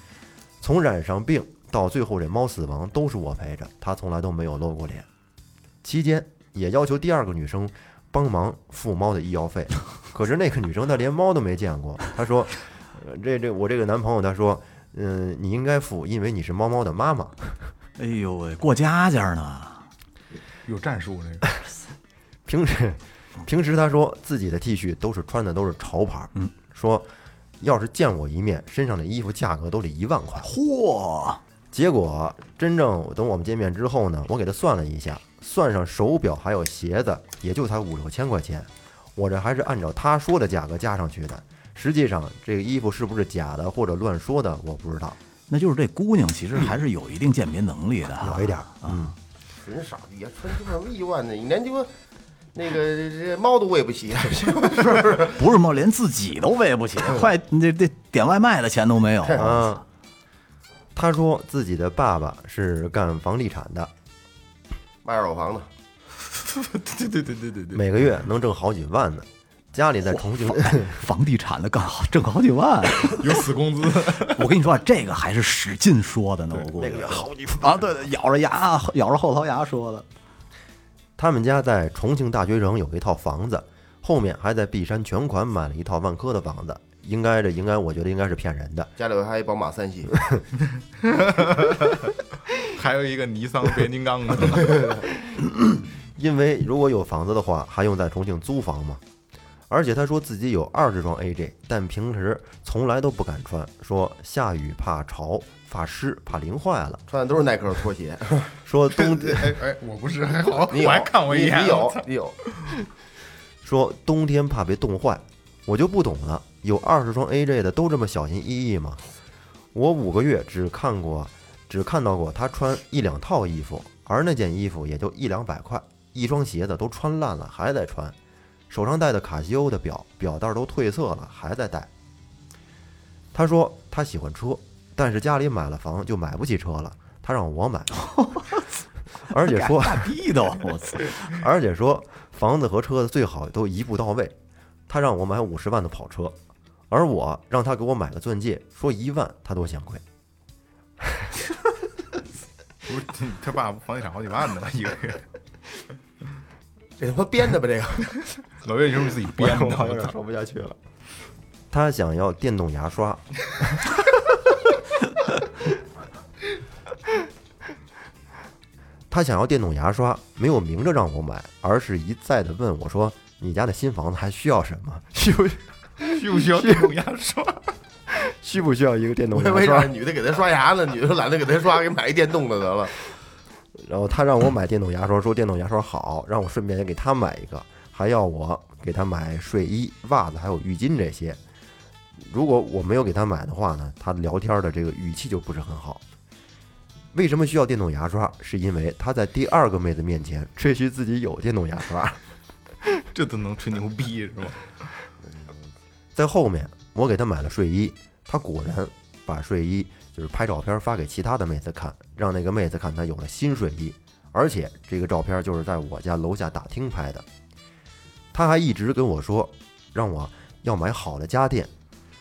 从染上病到最后这猫死亡都是我陪着，他从来都没有露过脸。期间也要求第二个女生帮忙付猫的医药费，可是那个女生她连猫都没见过，她说：“呃这这我这个男朋友他说，嗯，你应该付，因为你是猫猫的妈妈。”
哎呦喂，过家家呢？
有战术这个，
平时平时他说自己的 T 恤都是穿的都是潮牌，嗯，说要是见我一面，身上的衣服价格都得一万块。
嚯！
结果真正等我们见面之后呢，我给他算了一下，算上手表还有鞋子，也就才五六千块钱。我这还是按照他说的价格加上去的。实际上，这个衣服是不是假的或者乱说的，我不知道。
那就是这姑娘其实还是有一定鉴别能力的哈，
有一点儿，
嗯，
纯傻逼啊！穿鸡巴什么一万的，你连鸡巴那个这这猫都喂不起，啊是不是？
不是猫，连自己都喂不起，快这这点外卖的钱都没有啊！
啊，他说自己的爸爸是干房地产的，
[laughs] 卖二手房的，
对对对对对对，
每个月能挣好几万呢。家里在重庆，
房地产的干好挣好几万，
[laughs] 有死工资，
[laughs] 我跟你说啊，这个还是使劲说的呢，我估计好几啊，对对，咬着牙咬着后槽牙说的，
[laughs] 他们家在重庆大学城有一套房子，后面还在璧山全款买了一套万科的房子。应该这应该，我觉得应该是骗人的。
家里还有一宝马三系，
还有一个尼桑变形金刚的，
因为如果有房子的话，还用在重庆租房吗？而且他说自己有二十双 AJ，但平时从来都不敢穿，说下雨怕潮、怕湿、怕淋坏了。
穿的都是耐克拖鞋。 [laughs]
说冬
[laughs] 哎哎，我不是还好，
你
我
有
还看我一
你
眼，
你
我
有
操
你有，
说冬天怕被冻坏，我就不懂了。有二十双 AJ 的都这么小心翼翼吗？我五个月只看过，只看到过他穿一两套衣服，而那件衣服也就一两百块，一双鞋子都穿烂了还在穿，手上戴的卡西欧的表表带都褪色了还在戴。他说他喜欢车，但是家里买了房就买不起车了，他让我买， [laughs] 而且说
大 [laughs] 逼都，我操！
[laughs] 而且说房子和车子最好都一步到位。他让我买五十万的跑车，而我让他给我买个钻戒，说一万他都嫌贵。
不是他爸房地产好几万呢，一个月，
这他妈编的吧？这个 [laughs]
老岳你是不是自己编的？
我有
我
点
操
说不下去了。他想要电动牙刷， [laughs] 他想要电动牙刷，没有明着让我买，而是一再的问我说：“你家的新房子还需要什么？ [laughs] 需不
需不需要电动牙刷？
需不需要一个电动
我
牙
[laughs] 以为
刷
让？”女的给他刷牙呢，女的懒得给他刷，给买一电动的得了。
然后他让我买电动牙刷，说电动牙刷好， [clears throat] 让我顺便也给他买一个，还要我给他买睡衣、袜子还有浴巾这些。如果我没有给他买的话呢，他聊天的这个语气就不是很好。为什么需要电动牙刷？是因为他在第二个妹子面前吹嘘自己有电动牙刷。
这都能吹牛逼是吗？
在后面，我给他买了睡衣，他果然把睡衣就是拍照片发给其他的妹子看，让那个妹子看他有了新睡衣，而且这个照片就是在我家楼下打听拍的。他还一直跟我说，让我要买好的家电，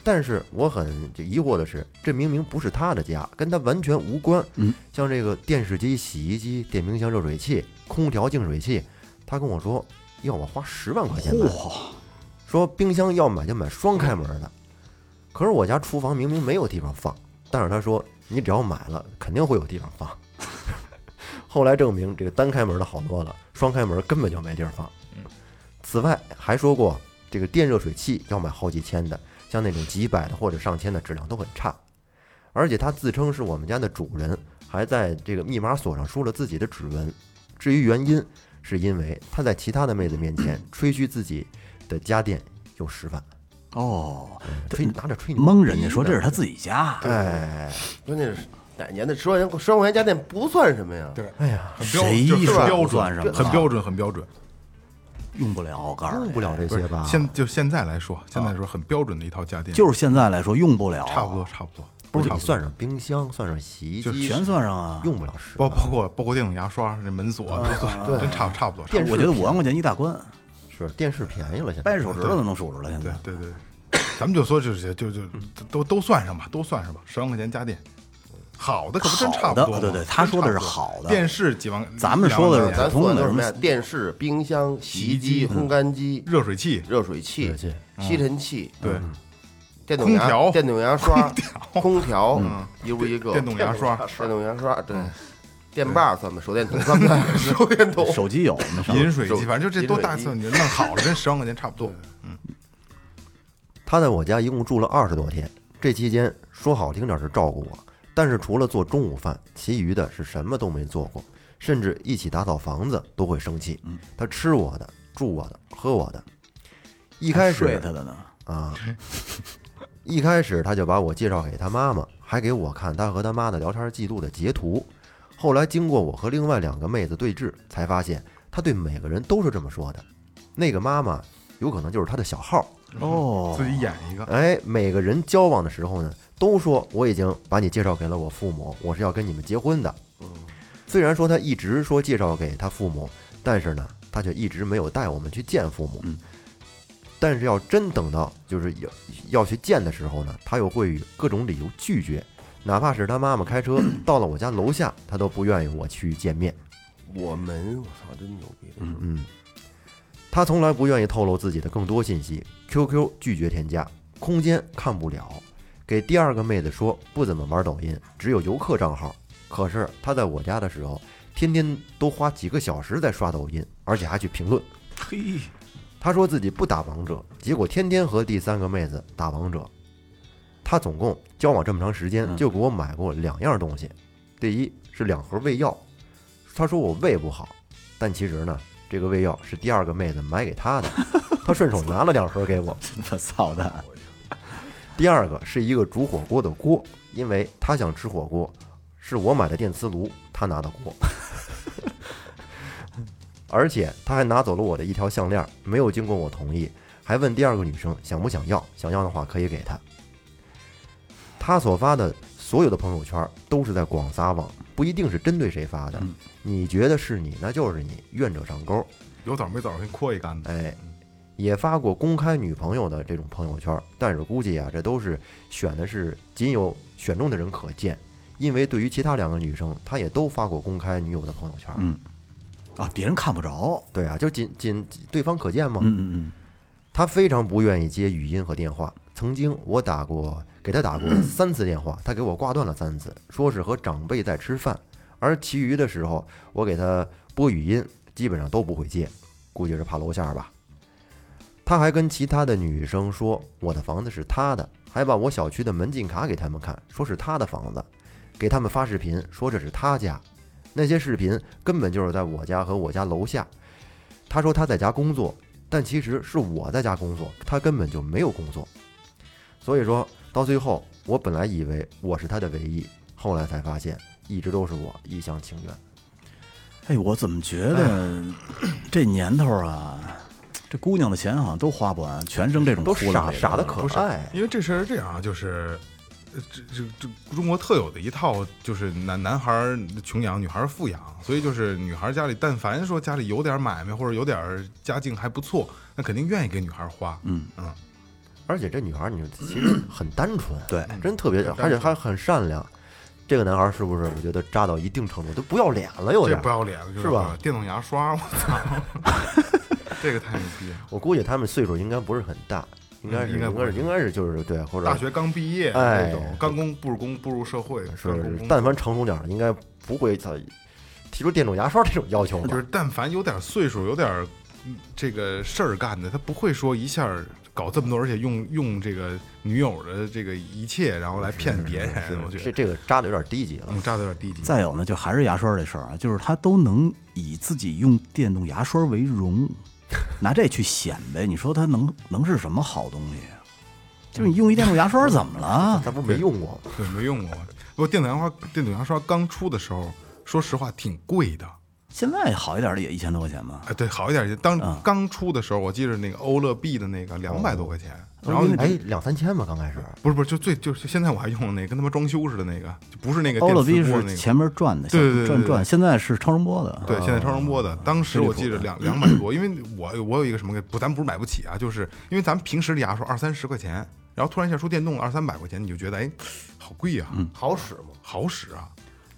但是我很就疑惑的是，这明明不是他的家，跟他完全无关。
嗯，
像这个电视机、洗衣机、电冰箱、热水器、空调、净水器，他跟我说要我花十万块钱买。
嚯，
说冰箱要买就买双开门的，可是我家厨房明明没有地方放，但是他说你只要买了，肯定会有地方放。 [laughs] 后来证明这个单开门的好多了，双开门根本就没地儿放。此外还说过，这个电热水器要买好几千的，像那种几百的或者上千的质量都很差。而且他自称是我们家的主人，还在这个密码锁上输了自己的指纹。至于原因，是因为他在其他的妹子面前吹嘘自己的家电有十万。
哦，
吹拿着吹牛
蒙人家说
逼
这
呢
是他自己家，
哎，
关键是哪年的十万元十万块钱家电不算什么呀？
对，
哎呀，
很标
谁
就是
说
标
不算什
准，
么
很标准，很标准。
用不了，我告诉
用
你，
不了这
不
些
是
吧？
现就现在来说，现在来说很标准的一套家电，
就是现在来说用不了，
差不多，差不多，
不是
差
你
不多
算上冰箱，算上洗衣机，
全算上啊。
用不了十
包
万。
包括包括电动牙刷、这门锁，这算真差差不多。差不多
电视
我觉得五万块钱一大关，
是电视便宜了，现在
掰着手指头都能数出来。现
对
在
对对，咱们就说这些，就就就都都算上吧，都算上吧，十万块钱家电，好的可不真差不多吗
好的对对他说的是
真差不多
好的
电视几万，
咱们说的是
两万块钱
咱说的都是什么呀？电视、冰箱、洗衣机、烘干机、
热嗯水器，嗯
热水器
热水器、
吸尘器、
对，
嗯电动牙、
空调
电动牙刷、空调，一屋一个
电动牙刷嗯
电动牙刷，对，电棒算吧，手电筒算吧， [laughs] 手电
哦
筒。
手机有我们上
饮水机，
手
反正就这
嗯饮
都
水
大
机
算你弄好了，跟十万块钱差不多。
他在我家一共住了二十多天，这期间说好听点是照顾我，但是除了做中午饭，其余的是什么都没做过，甚至一起打扫房子都会生
嗯
气。他吃我的，住我的，喝我的。一开始
睡他的呢，
啊， [laughs] 一开始他就把我介绍给他妈妈，还给我看他和他妈的聊天记录的截图。后来经过我和另外两个妹子对峙，才发现他对每个人都是这么说的。那个妈妈有可能就是他的小号，
哦
嗯自己演一个，
哎，每个人交往的时候呢，都说我已经把你介绍给了我父母，我是要跟你们结婚的。虽然说他一直说介绍给他父母，但是呢，他却一直没有带我们去见父母。但是要真等到就是要要去见的时候呢，他又会以各种理由拒绝，哪怕是他妈妈开车到了我家楼下，他都不愿意我去见面。
我们，我操，真牛逼！
嗯，他从来不愿意透露自己的更多信息。QQ 拒绝添加，空间看不了，给第二个妹子说不怎么玩抖音，只有游客账号。可是他在我家的时候，天天都花几个小时在刷抖音，而且还去评论。
嘿，
他说自己不打王者，结果天天和第三个妹子打王者。他总共交往这么长时间，
嗯
就给我买过两样东西，第一是两盒胃药，他说我胃不好，但其实呢，这个胃药是第二个妹子买给他的，他顺手拿了两盒给我。
我操蛋！
第二个是一个煮火锅的锅，因为他想吃火锅，是我买的电磁炉，他拿的锅。 [laughs] 而且他还拿走了我的一条项链，没有经过我同意，还问第二个女生想不想要，想要的话可以给他。他所发的所有的朋友圈都是在广撒网，不一定是针对谁发的。你觉得是你，那就是你，愿者上钩。
有枣没枣先扩一杆子。
哎，也发过公开女朋友的这种朋友圈，但是估计啊，这都是选的是仅有选中的人可见，因为对于其他两个女生，她也都发过公开女友的朋友圈。
嗯啊，别人看不着，
对啊，就仅仅对方可见嘛。
嗯嗯
她非常不愿意接语音和电话。曾经我打过给她打过三次电话，她给我挂断了三次，说是和长辈在吃饭，而其余的时候我给她拨语音，基本上都不会接，估计是怕楼下吧。她还跟其他的女生说我的房子是她的，还把我小区的门禁卡给他们看，说是她的房子，给他们发视频说这是她家，那些视频根本就是在我家和我家楼下。她说她在家工作，但其实是我在家工作，他根本就没有工作。所以说到最后，我本来以为我是他的唯一，后来才发现一直都是我一厢情愿。
嗯，哎，我怎么觉
哎
得这年头啊，这姑娘的钱好像都花不完，全扔这
嗯
种
都
窟
傻
窿里
傻的
了
可
不是
爱，
因为这事儿是这样啊，就是。呃这这这中国特有的一套就是男男孩儿穷养，女孩儿富养，所以就是女孩儿家里但凡说家里有点买卖或者有点儿家境还不错，那肯定愿意给女孩儿花。嗯嗯，
而且这女孩儿你其实很单纯，
对，
嗯
真特别，而且还很善良。这个男孩儿是不是？我觉得渣到一定程度都不要脸了，有
这
点
不。要脸了，就是
吧？
电动牙刷，我操，
[laughs]
这个太牛逼了！
我估计他们岁数应该不是很大，应该是
嗯应该
应
不
该
是
是应该是就是对，或者
大学刚毕业
哎
那种，刚工步入工步入社会，
是
刚工工作
但凡成熟点儿，应该不会操提出电动牙刷这种要求吧？
就是但凡有点岁数、有点儿嗯这个事儿干的，他不会说一下儿搞这么多，而且用用这个女友的这个一切，然后来骗别人。我觉
这
得
这个渣的有点低级了
我。们扎的有点低级。
再有呢，就还是牙刷这事儿啊，就是他都能以自己用电
[laughs]
动牙刷为荣，拿这去显摆，你说他能能是什么好东西啊？就是你用一电动牙刷怎
[laughs]
么了？
咱不是没用过吗？
对，没用过。我电动牙刷，电动牙刷刚出的时候，说实话挺贵的。
现在好一点的也一千多块钱吧？
哎，对，好一点。当
嗯
刚出的时候，我记着那个欧乐 B 的那个两百多块钱，
哦
然后
哎，两三千吧，刚开始。
不是不是，就最就是现在我还用的那个，跟他妈装修似的那个，就不是那个
欧
电
乐
磁
B
波那
是
个。
前面转的，
对对对对
转
对
转，现在是超声波的。
对，现在超声波的，当时我记着两两百多，因为我我有一个什么不，咱不是买不起啊，就是因为咱们平时的牙刷二三十块钱，然后突然一下出电动了二三百块钱，你就觉得哎，好贵啊，
好使吗？
好使啊，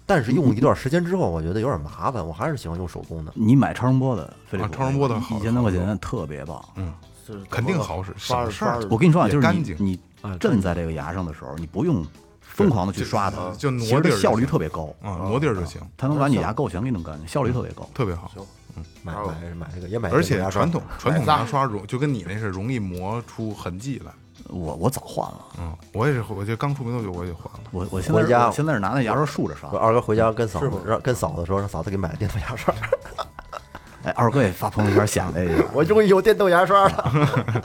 但是用一段时间之后，我觉得有点麻烦，我还是喜欢用手工的。
你买超声波的，飞利浦
啊超声波的好
一千多块钱特别棒。嗯，
就是
肯定好使，
刷
省事儿
刷。
我跟你说啊，
也
就是
干
你
净
你震在这个牙上的时候，你不用疯狂的去刷它，
就就
其
挪
实
地儿
它
就
效率
行
特别高，
啊，挪地儿就行，
它能把你牙垢全给弄
嗯
干净，效率特别高。
特别好。
买买买这个也买这个
而且
牙刷
传统传统牙刷容就跟你那是容易磨出痕迹来。
我我早换了，
嗯，我也是，我就刚出没多久我也换了。
我我现在
回家
我现在是拿那牙刷竖着刷
我。二哥回家跟嫂子让跟嫂子说，让嫂子给买电动牙刷。，
哎，二哥也发朋友圈显摆一下
[laughs]
嗯
我终于有电动牙刷了。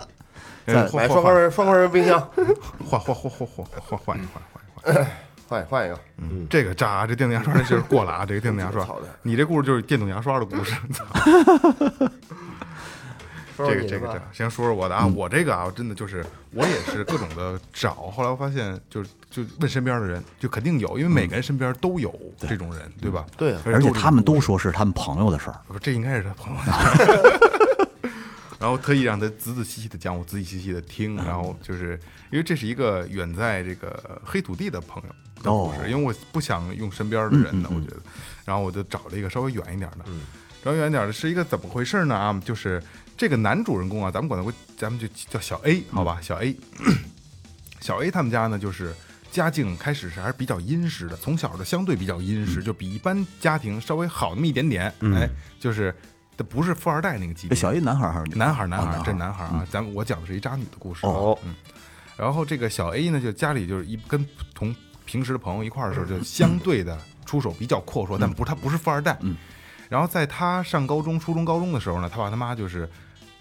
在
哎换换
买双块
换
儿双块儿冰箱，
换换换换换换换一换换一换，
换换一个。
这个渣啊，这电动牙
[laughs]
刷这劲儿过了啊！这个电动牙刷
操嗯的，
你这故事就是电动牙刷的故
[laughs]
事。操
说说
这个
你
这
的
个
吧嗯
这个，先说说我的啊，我这个啊，真的就是我也是各种的找，后来我发现就是就问身边的人，就肯定有，因为
嗯
每个人身边都有这种人，对吧？
对啊
[laughs] 而且他们
都是
都说是他们朋友的事儿。
不，这应该是他朋友。然后特意让他仔仔细细的讲，我仔仔细细的听，然后就是因为这是一个远在这个黑土地的朋友的故事，因为我不想用身边的人的，我觉得，然后我就找了一个稍微远一点的，稍微远一点的是一个怎么回事呢？啊，就是这个男主人公啊，咱们管他为，咱们就叫小 A 好吧，小 A，小 A 他们家呢，就是家境开始是还是比较殷实的，从小就相对比较殷实，就比一般家庭稍微好那么一点点。哎，就是这不是富二代那个级
这
别。
小一男孩还是女？
男孩儿，男孩
哦
儿，这男孩儿啊，咱们我讲的是一渣女的故事啊。
哦
嗯，然后这个小 A 呢，就家里就是一跟同平时的朋友一块儿的时候，就相对的出手比较阔绰，但不是他不是富二代。嗯，然后在他上高中、初中、高中的时候呢，他爸他妈就是。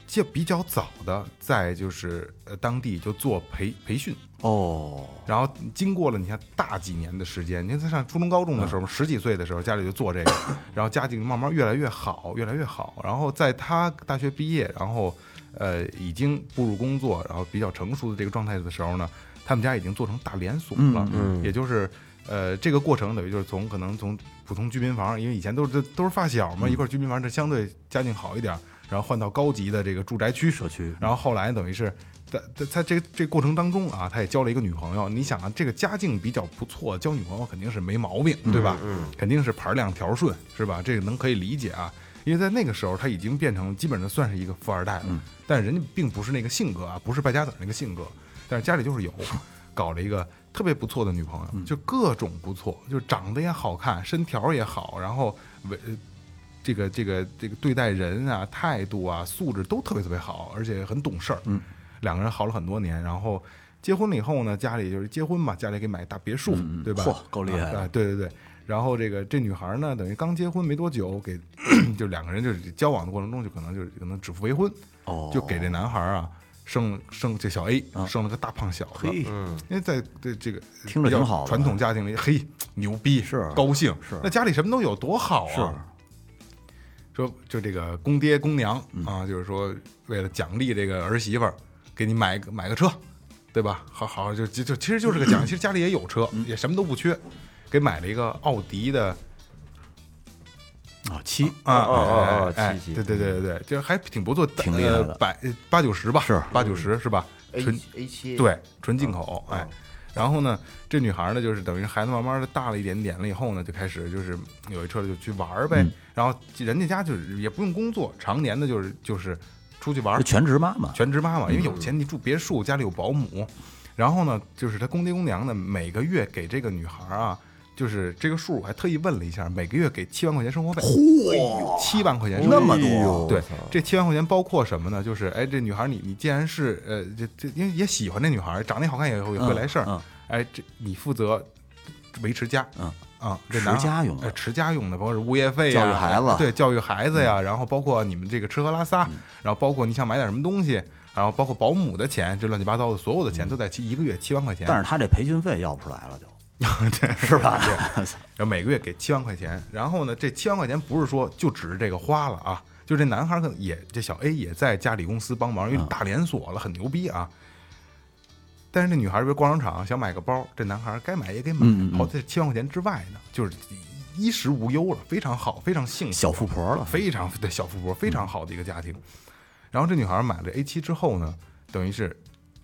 就比较早的，在就是呃当地就做培培训，
哦，
然后经过了你看大几年的时间，你看他上初中、高中的时候，十几岁的时候家里就做这个，然后家境慢慢越来越好，越来越好。然后在他大学毕业，然后呃已经步入工作，然后比较成熟的这个状态的时候呢，他们家已经做成大连锁了，也就是。呃，这个过程等于就是从可能从普通居民房，因为以前都是都是发小嘛，一块儿居民房，这相对家境好一点，然后换到高级的这个住宅区
社区
然后后来等于是在在在这这过程当中啊，他也交了一个女朋友。你想啊，这个家境比较不错，交女朋友肯定是没毛病，对吧？嗯，肯定是盘儿亮条顺，是吧？这个能可以理解啊。因为在那个时候，他已经变成基本上算是一个富二代了，但人家并不是那个性格啊，不是败家子儿那个性格，但是家里就是有，搞了一个特别不错的女朋友，就各种不错，就长得也好看，身条也好，然后为这个这个这个对待人啊、态度啊、素质都特别特别好，而且很懂事儿。嗯，两个人好了很多年，然后结婚了以后呢，家里就是结婚嘛，家里给买大别墅，嗯对吧
嗯嚯？够厉害的
啊！对对对。然后这个这女孩呢，等于刚结婚没多久，给 [clears throat] 就两个人就是交往的过程中，就可能就是可能指腹为婚，
哦
就给这男孩啊生生这小 A
嗯
生了个大胖小子，
嘿，
因为在这这个
听着挺
比较
好的
传统家庭里，嘿，牛逼
是啊
高兴
是
那家里什么都有，多好
是
啊！说就这个公爹公娘
嗯
啊，就是说为了奖励这个儿媳妇儿，给你买个买个车，对吧？好好就就就其实就是个奖，其实家里也有车，
嗯
也什么都不缺，给买了一个奥迪的
啊七
啊
哦哦哦
哎哎
七七
对对对对对，就是还挺不错，
挺厉害的
呃百八九十吧，
是
八九十是吧？
A
纯
A 七，
对，纯
嗯
进口，哎。然后呢，这女孩呢，就是等于孩子慢慢的大了一点点了以后呢，就开始就是有一车就去玩儿呗。
嗯
然后人家家就是也不用工作，常年的就是就是出去玩儿
是，全职妈妈，
全职妈妈，
嗯
因为有钱，你住别墅，家里有保姆。然后呢，就是她公爹公娘呢，每个月给这个女孩啊，就是这个数我还特意问了一下，每个月给七万块钱生活费，七万块钱生活
那
费
么
哎
多
呦
对，这七万块钱包括什么呢？就是哎，这女孩你你既然是呃，这这因为也喜欢这女孩，长得也好看也会
嗯
会来事儿，
嗯
哎，这你负责维持家，
嗯
啊，这
持
男孩
家用的
哎持家用的，包括是物业费呀、
教育孩子嗯
对，教育孩子呀，然后包括你们这个吃喝拉撒，然后包括你想买点什么东西。然后包括保姆的钱，这乱七八糟的所有的钱都在七一个月七万块钱，[laughs]
嗯但是他这培训费要不出来了就，是吧？
然后每个月给七万块钱，然后呢，这七万块钱不是说就指着这个花了啊，就这男孩可能也这小 A 也在家里公司帮忙，因
嗯
为大连锁了，很牛逼啊。但是这女孩儿，比如逛商场想买个包，这男孩儿该买也给买，
嗯
跑在七万块钱之外呢，就是衣食无忧了，非常好，非常幸福，
小富婆嗯了，
非常对小富婆，非常好的一个家庭。然后这女孩买了 A 7之后呢，等于是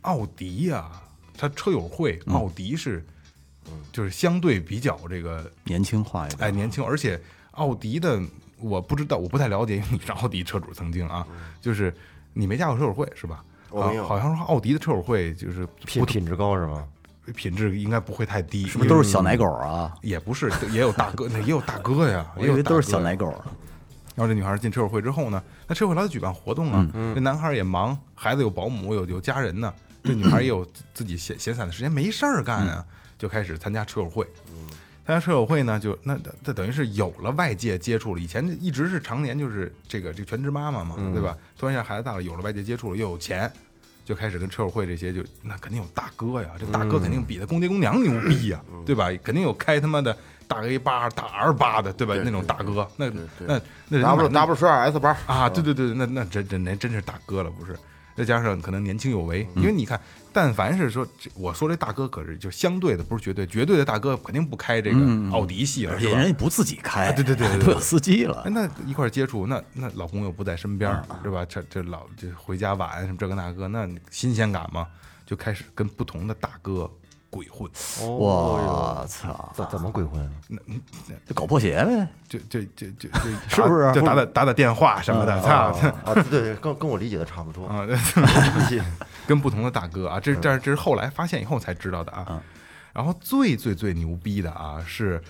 奥迪呀、她车友会，
嗯
奥迪是呃就是相对比较这个
年轻化一点。
哎年轻，而且奥迪的我不知道，我不太了解， [laughs] 因为你是奥迪车主曾经
嗯
啊，就是你没加过车友会是吧？
我没有
啊好像说奥迪的车友会就是
品品质高是吗？
不品质应该不会太低，
是不是都是小奶狗啊？
也不是，也有大哥，那也有大哥呀，
[laughs] 我
也
以
有
为
哎大
都是
哥
小
呀
奶狗呢。
然后这女孩进车友会之后呢，那车友会老得举办活动啊，这男孩也忙，孩子有保姆，有有家人呢，这女孩也有自自己闲闲散的时间，没事儿干啊，就开始参加车友会。参加车友会呢，就那那那等于是有了外界接触了。以前一直是常年就是这个这个全职妈妈嘛，对吧？突然一下孩子大了，有了外界接触了，又有钱，就开始跟车友会这些就那肯定有大哥呀，这大哥肯定比他公爹公娘牛逼呀，对吧？肯定有开他妈的大 A 八、大 R 八的，对吧？那种大哥，那那那人家买
W
那
W 十二 S 八，
啊，
嗯
对对对，那那真真那真是大哥了，不是？再加上可能年轻有为，
嗯
因为你看，但凡是说这我说这大哥，可是就相对的，不是绝对，绝对的大哥肯定不开这个奥迪系了，
嗯而
是
且
吧
人？家不自己开，
啊对对对对对
都有司机了
哎，。那一块儿接触，那那老公又不在身边
嗯
儿，对吧？这这老这回家晚什么这个那个，那新鲜感嘛，就开始跟不同的大哥鬼混，
我操，
怎怎么鬼混啊？
就搞破鞋呗，
就就就就就
[laughs] 是啊不是嗯
就打打打打电话什么的，操！
啊，对对，跟跟我理解的差不多。
哦
啊， [laughs] 跟不同的大哥啊，这但是这是后来发现以后才知道的啊。然后最最最牛逼的啊是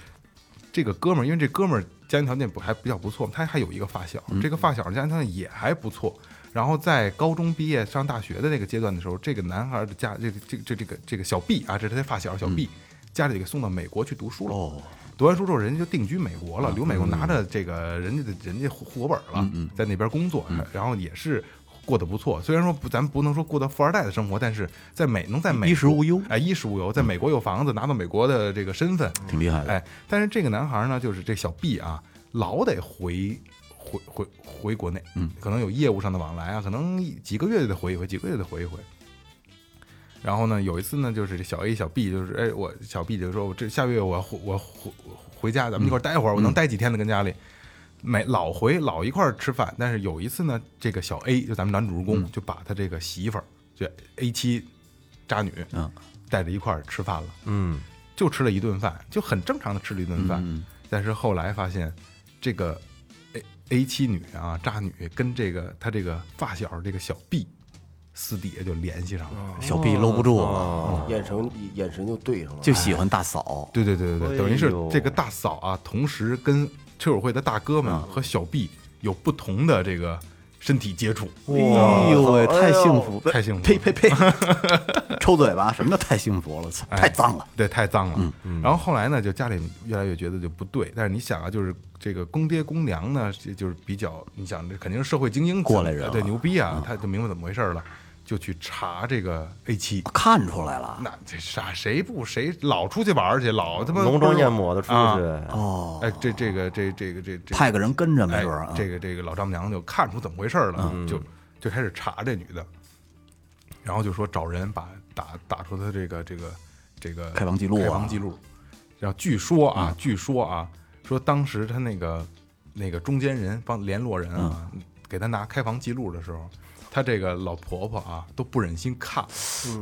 这个哥们儿，因为这哥们儿家庭条件不还比较不错，他还有一个发小，这个发小家庭条件也还不错。然后在高中毕业上大学的那个阶段的时候，这个男孩的家这个这个这这个这个小 B 啊，这是他的发小小 B，家里给送到美国去读书了。
哦，
读完书之后，人家就定居美国
嗯
了，留美国拿着这个人家的人家户户口本了，在那边工作，
嗯
然后也是过得不错。虽然说不，咱不能说过得富二代的生活，但是在美能在美
哦衣食无忧
哎，衣食无忧，在美国有房子，拿到美国的这个身份，
挺厉害的。
哎，但是这个男孩呢，就是这小 B 啊，老得回回回回国内，嗯，可能有业务上的往来啊，可能几个月就得回一回，几个月就得回一回。然后呢，有一次呢，就是这小 A 小 B 就是哎，我小 B 就说，我这下个月我要回我回回家，咱们一块儿待会儿，我能待几天的跟家里。每老回老一块儿吃饭，但是有一次呢，这个小 A 就咱们男主人公、
嗯
就把他这个媳妇儿，就 A 七渣女，
嗯，
带着一块儿吃饭了。
嗯，
就吃了一顿饭，就很正常的吃了一顿饭。但是后来发现，这个 A A 七女啊，渣女跟这个她这个发小这个小 B 私底下就联系上
哦
了。
小 B 搂不住
哦
了，
眼神眼神就对上了，
就喜欢大嫂。
对对对对
哎
对，
呦
等于是这个大嫂啊，同时跟车友会的大哥
啊
们和小 B 有不同的这个身体接触。
哎呦喂，太幸福，
太幸福了
呸
[laughs]
呸呸，抽嘴巴！什么叫太幸福了？操，太脏了。
哎
嗯
对，太脏了。嗯然后后来呢，就家里越来越觉得就不对。但是你想啊，就是这个公爹公娘呢，这就是比较，你想这肯定是社会精英
过来人了嗯
对，牛逼啊，他就明白怎么回事了，就去查这个 A 七。
看出来了，
那这傻谁不谁老出去玩儿去，老他妈
[laughs] 浓妆艳抹的出
啊
去，
哎，这这个这这个这这
派个人跟着没
哎
准儿啊。嗯
这个这个老丈母娘就看出怎么回事儿了，就就开始查这女的，然后就说找人把打打出她这个这个这个
开房记录啊嗯
开房记录。然后据说啊，据说啊，说当时她那个那个中间人帮联络人啊，
嗯
给她拿开房记录的时候，她这个老婆婆啊都不忍心看，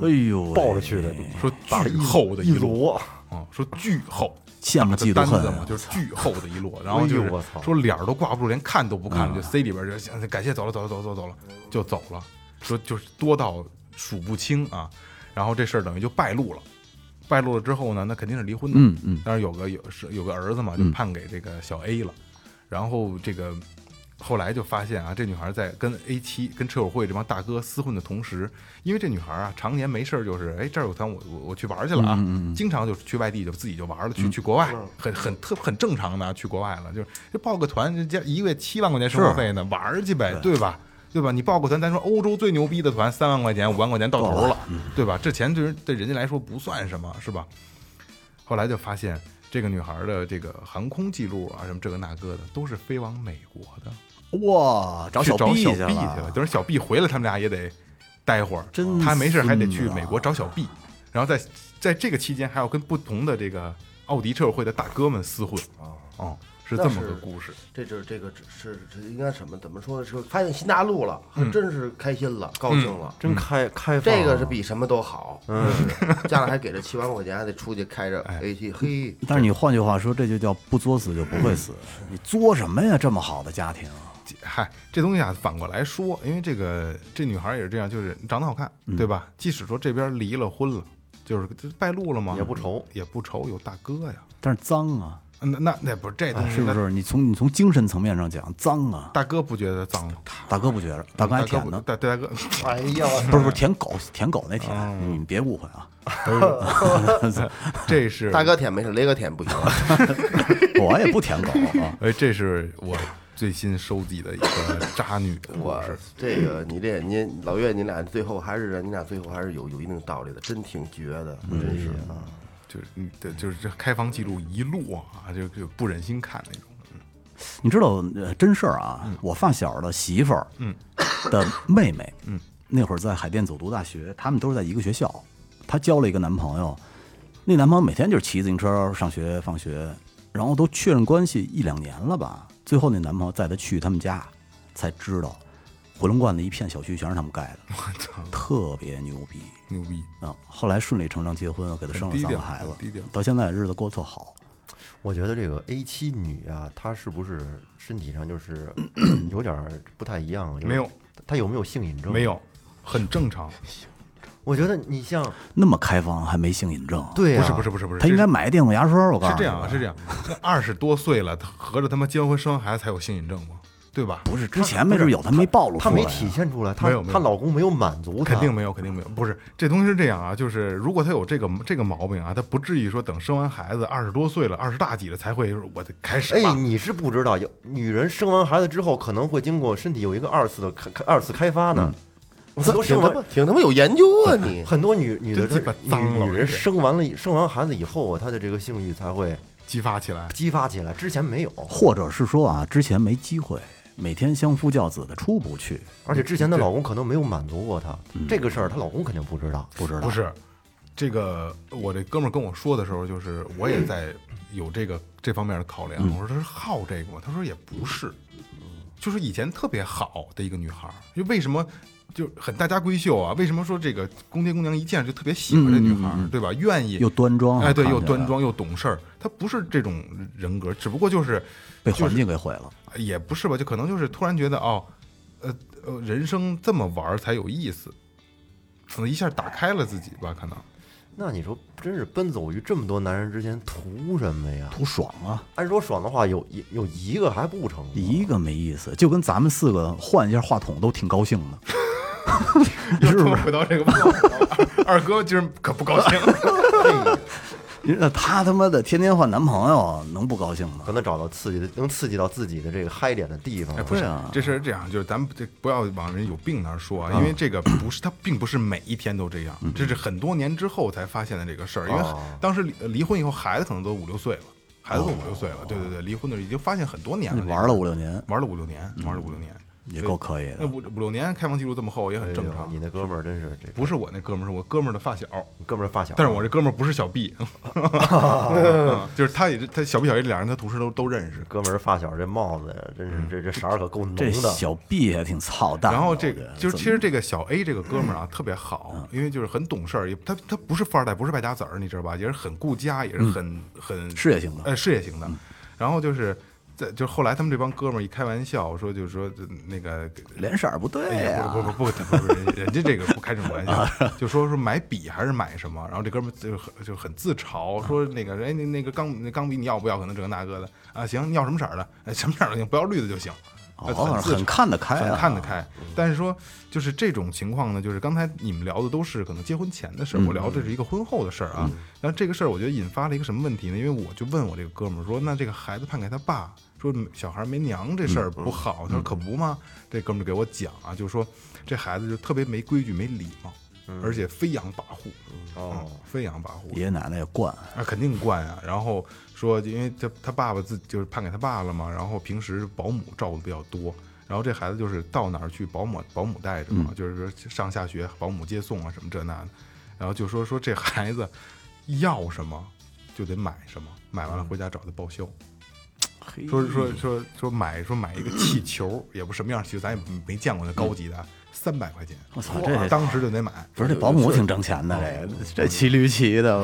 哎呦喂，
抱着去的，
哎
说巨厚的
一
摞
摞，
啊，说巨厚。
羡慕嫉妒
单子
恨
嘛，
啊。
就是巨厚的一摞，然后就是
哎呦我操嗯
说脸儿都挂不住，连看都不看了，就塞里边儿就行，感谢走了走了走了走了走了，就走了，说就是多到数不清啊，然后这事儿等于就败露了。败露了之后呢，那肯定是离婚的。
嗯嗯
但是有个有是有个儿子嘛，就判给这个小 A 了。然后这个后来就发现啊，这女孩在跟 A 七跟车友会这帮大哥厮混的同时，因为这女孩啊常年没事儿就是哎这儿有团我我我去玩去了啊，经常就去外地就自己就玩了，去去国外，很很特很正常的啊去国外了，就是就报个团，人家一个月七万块钱生活费呢，玩儿去呗，对吧？对吧？你报个团，咱说欧洲最牛逼的团，三万块钱、五万块钱到头了，对吧？这钱对人对人家来说不算什么，是吧？后来就发现这个女孩的这个航空记录啊，什么这个那个的，都是飞往美国的，
嗯哇，找
去
小
找
去
小 B 去了。等小 B 回来，他们俩也得待会儿，
真
他没事还得去
孙子啊
美国找小 B，然后在在这个期间还要跟不同的这个奥迪车友会的大哥们厮混啊，哦，是这么
那
个
是
故事。
这就是这个是这应该什么怎么说呢？是发现新大陆了，还真是开心了，高兴了。
真开开放啊，
这个是比什么都好，嗯，家里还给了七万块钱，还得出去开着 A 七，嘿，
但是你换句话说，这就叫不作死就不会死。你作什么呀？这么好的家庭，啊
嗨，这东西啊，反过来说，因为这个这女孩也是这样，就是长得好看，对吧？即使说这边离了婚了，就是就败露了嘛，
也不愁，
也不愁有大哥呀。
但是脏啊，
那嗯那那不是这东西，
是不
那
是？你从你从精神层面上讲，脏啊。
大哥不觉得脏吗？
大哥不觉嗯着，大哥还
大哥
舔
不
呢，
大对大哥，
哎呀，
不是不是舔狗，舔狗那舔，你们别误会啊。
这是
大哥舔没事，雷哥舔不行，
我也不舔狗啊，
哎，这是我最新收集的一个渣女的故
我
事。
这个你这你老岳，你俩最后还是你俩最后还是有有一定道理的，真挺绝的，真是啊。
就是你的，就是这开房记录一路啊，就就不忍心看那种。
你知道呃真事儿
嗯
啊，我发小的媳妇儿，嗯，的妹妹，嗯，那会儿在海淀走读大学，他们都是在一个学校，她交了一个男朋友，那男朋友每天就是骑自行车上学放学，然后都确认关系一两年了吧，最后那男朋友带她去他们家，才知道回龙观的一片小区全是他们盖的，
我操，
特别牛逼。
牛逼！
啊，后来顺理成章结婚，给他生了
低
三个
调
孩
很低
子
调，
到现在日子过得特好。
我觉得这个 A 七女啊，她是不是身体上就是
[clears throat]
有点儿不太一样？啊就是
没有，
她有没有性瘾症？啊
没。有，很正常。
我觉得你像
那么开放还没性瘾症，
对啊呀，
不是不是不是不是，
他
这
应该
是
买电动牙刷。我告
是
诉你，
这样啊，是
[laughs]
这样。那二十多岁了，他合着他妈结婚生孩子才有性瘾症吗？对吧？
不是之前没准有，他没暴露出
她
来
没
啊
体现出来，她
没有没有
她老公没有满足她，
肯定没有，肯定没有。不是，这东西是这样啊，就是如果他有这个这个毛病啊，他不至于说等生完孩子二十多岁了、二十大几了才会说我得开始
哎，
吧。
你是不知道，有女人生完孩子之后，可能会经过身体有一个二次的开开二次开发呢。
嗯
我都
挺
生
他
完
妈挺他妈有研究啊你！
很多女女的
真鸡巴
女
脏了
女
我
人
这
生完了以生完孩子以后啊，她的这个性欲才会
激发起来，
激发起来，之前没有，
或者是说啊，之前没机会，每天相夫教子的出不去，
而且之前的老公可能没有满足过她，这个事儿她老公肯定不知道。
不知道
不是，这个我这哥们儿跟我说的时候，就是我也在有这个这方面的考
嗯
量。我说他是好这个吗？他说也不是，就是以前特别好的一个女孩儿，就为什么？就很大家闺秀啊，为什么说这个宫爹姑娘一见就特别喜欢这女孩
嗯
儿，对吧？愿意
又端庄啊
哎，对，
看起
又
来
端庄又懂事儿，她不是这种人格，只不过就是
被
就
环
是
境给毁了。
也不是吧，就可能就是突然觉得哦，呃呃，人生这么玩儿才有意思，可能一下打开了自己吧，可能。
那你说，真是奔走于这么多男人之间，图什么呀？
图爽啊！
按说爽的话，有一有一个还不成吗？
一个没意思，就跟咱们四个换一下话筒都挺高兴的。
[laughs] 又他妈回到这个问题了 [laughs] 二哥今儿可不高兴了。
你说她他妈的天天换男朋友，能不高兴吗？
可能找到刺激的，能刺激到自己的这个嗨点的地方
哎，。不是
对啊，
这事儿这样，就是咱们这不要往人有病那儿说啊，因为这个不是他，并不是每一天都这样，这是很多年之后才发现的这个事儿。因为当时离呃离婚以后，孩子可能都五六岁了，孩子都五六岁了，对对对，离婚的时候已经发现很多年了，
玩了五六年
玩了五六年，玩了五六年，
也够可以
那
的。
五五六年开房记录这么厚也很正
哎呦
常
你。那哥们儿真是这
不是我那哥们儿，是我哥们儿的发小，
哥们儿发小，
但是我这哥们儿不是小 B，就是他也是他小 B 小 A 这俩人，他同事都都认识。
哥们儿发小这帽子呀，真是这这色儿可够浓
这
的。
小 B 也挺操蛋的。
然后
我
这
觉
个
得嗯
就是其实这个小 A 这个哥们儿啊特别好，因为就是很懂事儿，也他他不是富二代，不是败家子儿，你知道吧？也是很顾家，也是很很
嗯事业型的嗯
呃事业型的。然后就是在就后来他们这帮哥们儿一开玩笑说，就是说就那个
脸色儿不对啊
哎
呀、啊
呀，不不不不不不，人人家这个不开这种玩笑，就说说买笔还是买什么，然后这哥们儿就很就很自
啊
嘲，说那个哎那那个钢那钢笔你要不要？可能这个那个的啊，行，你要什么色儿的？哎，什么色儿都行，不要绿的就行。
哦
哎很自嘲
很看得开啊
很看得开。但是说就是这种情况呢，就是刚才你们聊的都是可能结婚前的事
嗯
儿，我聊的是一个婚后的事儿啊。然后这个事儿我觉得引发了一个什么问题呢？因为我就问我这个哥们儿说，那这个孩子判给他爸说小孩没娘这事儿不好。
嗯
他说可不嘛，这哥们儿给我讲啊，就说这孩子就特别没规矩、没礼貌，
嗯
而且飞扬跋扈，
哦
嗯，飞扬跋扈。
爷爷奶奶也惯，
啊，肯定惯呀、然后说，因为他他爸爸自就是判给他爸了嘛，然后平时保姆照顾的比较多，然后这孩子就是到哪儿去保姆保姆带着嘛，就是说上下学保姆接送啊什么这那的，然后就说说这孩子要什么就得买什么，买完了回家找他报销。
嗯
说说说说买说买一个气球，也不什么样气球，咱也没见过那高级的，三百块钱，
我操这
当时就得买。
不是这保姆挺挣钱的，这这骑驴骑 [laughs] 的，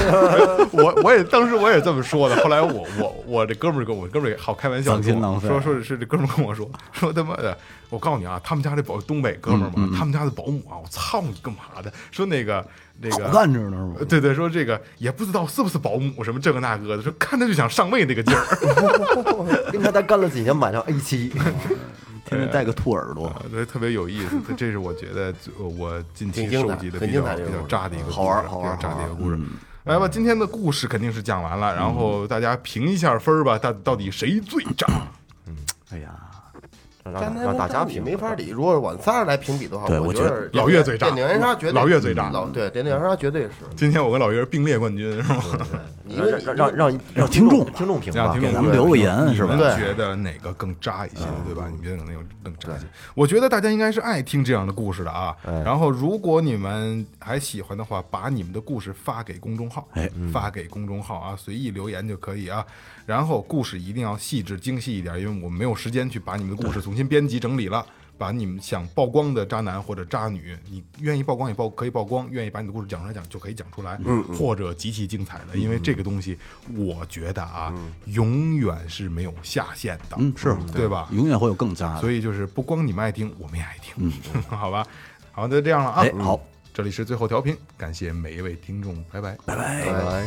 [laughs] 我我也当时我也这么说的，后来我我我这哥们儿跟我哥们儿也好开玩笑
丧心
跟我
浪费
说说是这哥们儿跟我说说他妈的，我告诉你啊，他们家这保东北哥们儿嘛，
嗯
他们家的保姆啊，我操你干嘛的？说那个那
好
个
干着呢是吗
呃？对对，说这个也不知道是不是保姆什么这个那个的，说看着就想上位那个劲
[laughs]
儿。 [laughs]
应该他干了几年买辆 A 七，
天天带个兔耳朵，
对，特别有意思。这这是我觉得呃我近期
挺精
收
彩
集的
很
比较
精彩这
比
个
较
故事
渣的一个
好玩儿
故事
好玩儿
比较渣的一个
好
故事。来吧，今天的故事肯定是讲完了，然
嗯
后大家评一下分儿吧，到到底谁最渣？
哎呀，
[laughs] 让
刚才
让大家评
没法理。如果往仨人来评比的话，
对
我
我
觉
觉
得
老岳最炸
点零零杀绝对
老岳最炸
老对点零零杀绝对是。
今天我跟老岳并列冠军是 [laughs] 吗？
你
让
们
让让让
让听
听
众吧
听众评
让
吧
听，
给
众
咱们留个言
你
是吧
们？
嗯
对
觉得哪个更渣一些，对吧？你们觉得哪个更渣一些？我觉得大家应该是爱听这样的故事的啊。
哎
然后，如果你们还喜欢的话，把你们的故事发给公众号，
哎
发给公众号啊，随意留言就可以啊。然后故事一定要细致精细一点，因为我们没有时间去把你们的故事重新编辑整理了。把你们想曝光的渣男或者渣女，你愿意曝光也曝可以曝光，愿意把你的故事讲出来讲就可以讲出来，
嗯
或者极其精彩的，因为这个东西我觉得啊，永远是没有下限的，
嗯，是
对吧？
永远会有更渣的。
所以就是不光你们爱听，我们也爱听， [laughs] 好吧？好，那就这样了啊。
哎好，
这里是最后调频，感谢每一位听众，拜拜。
拜拜。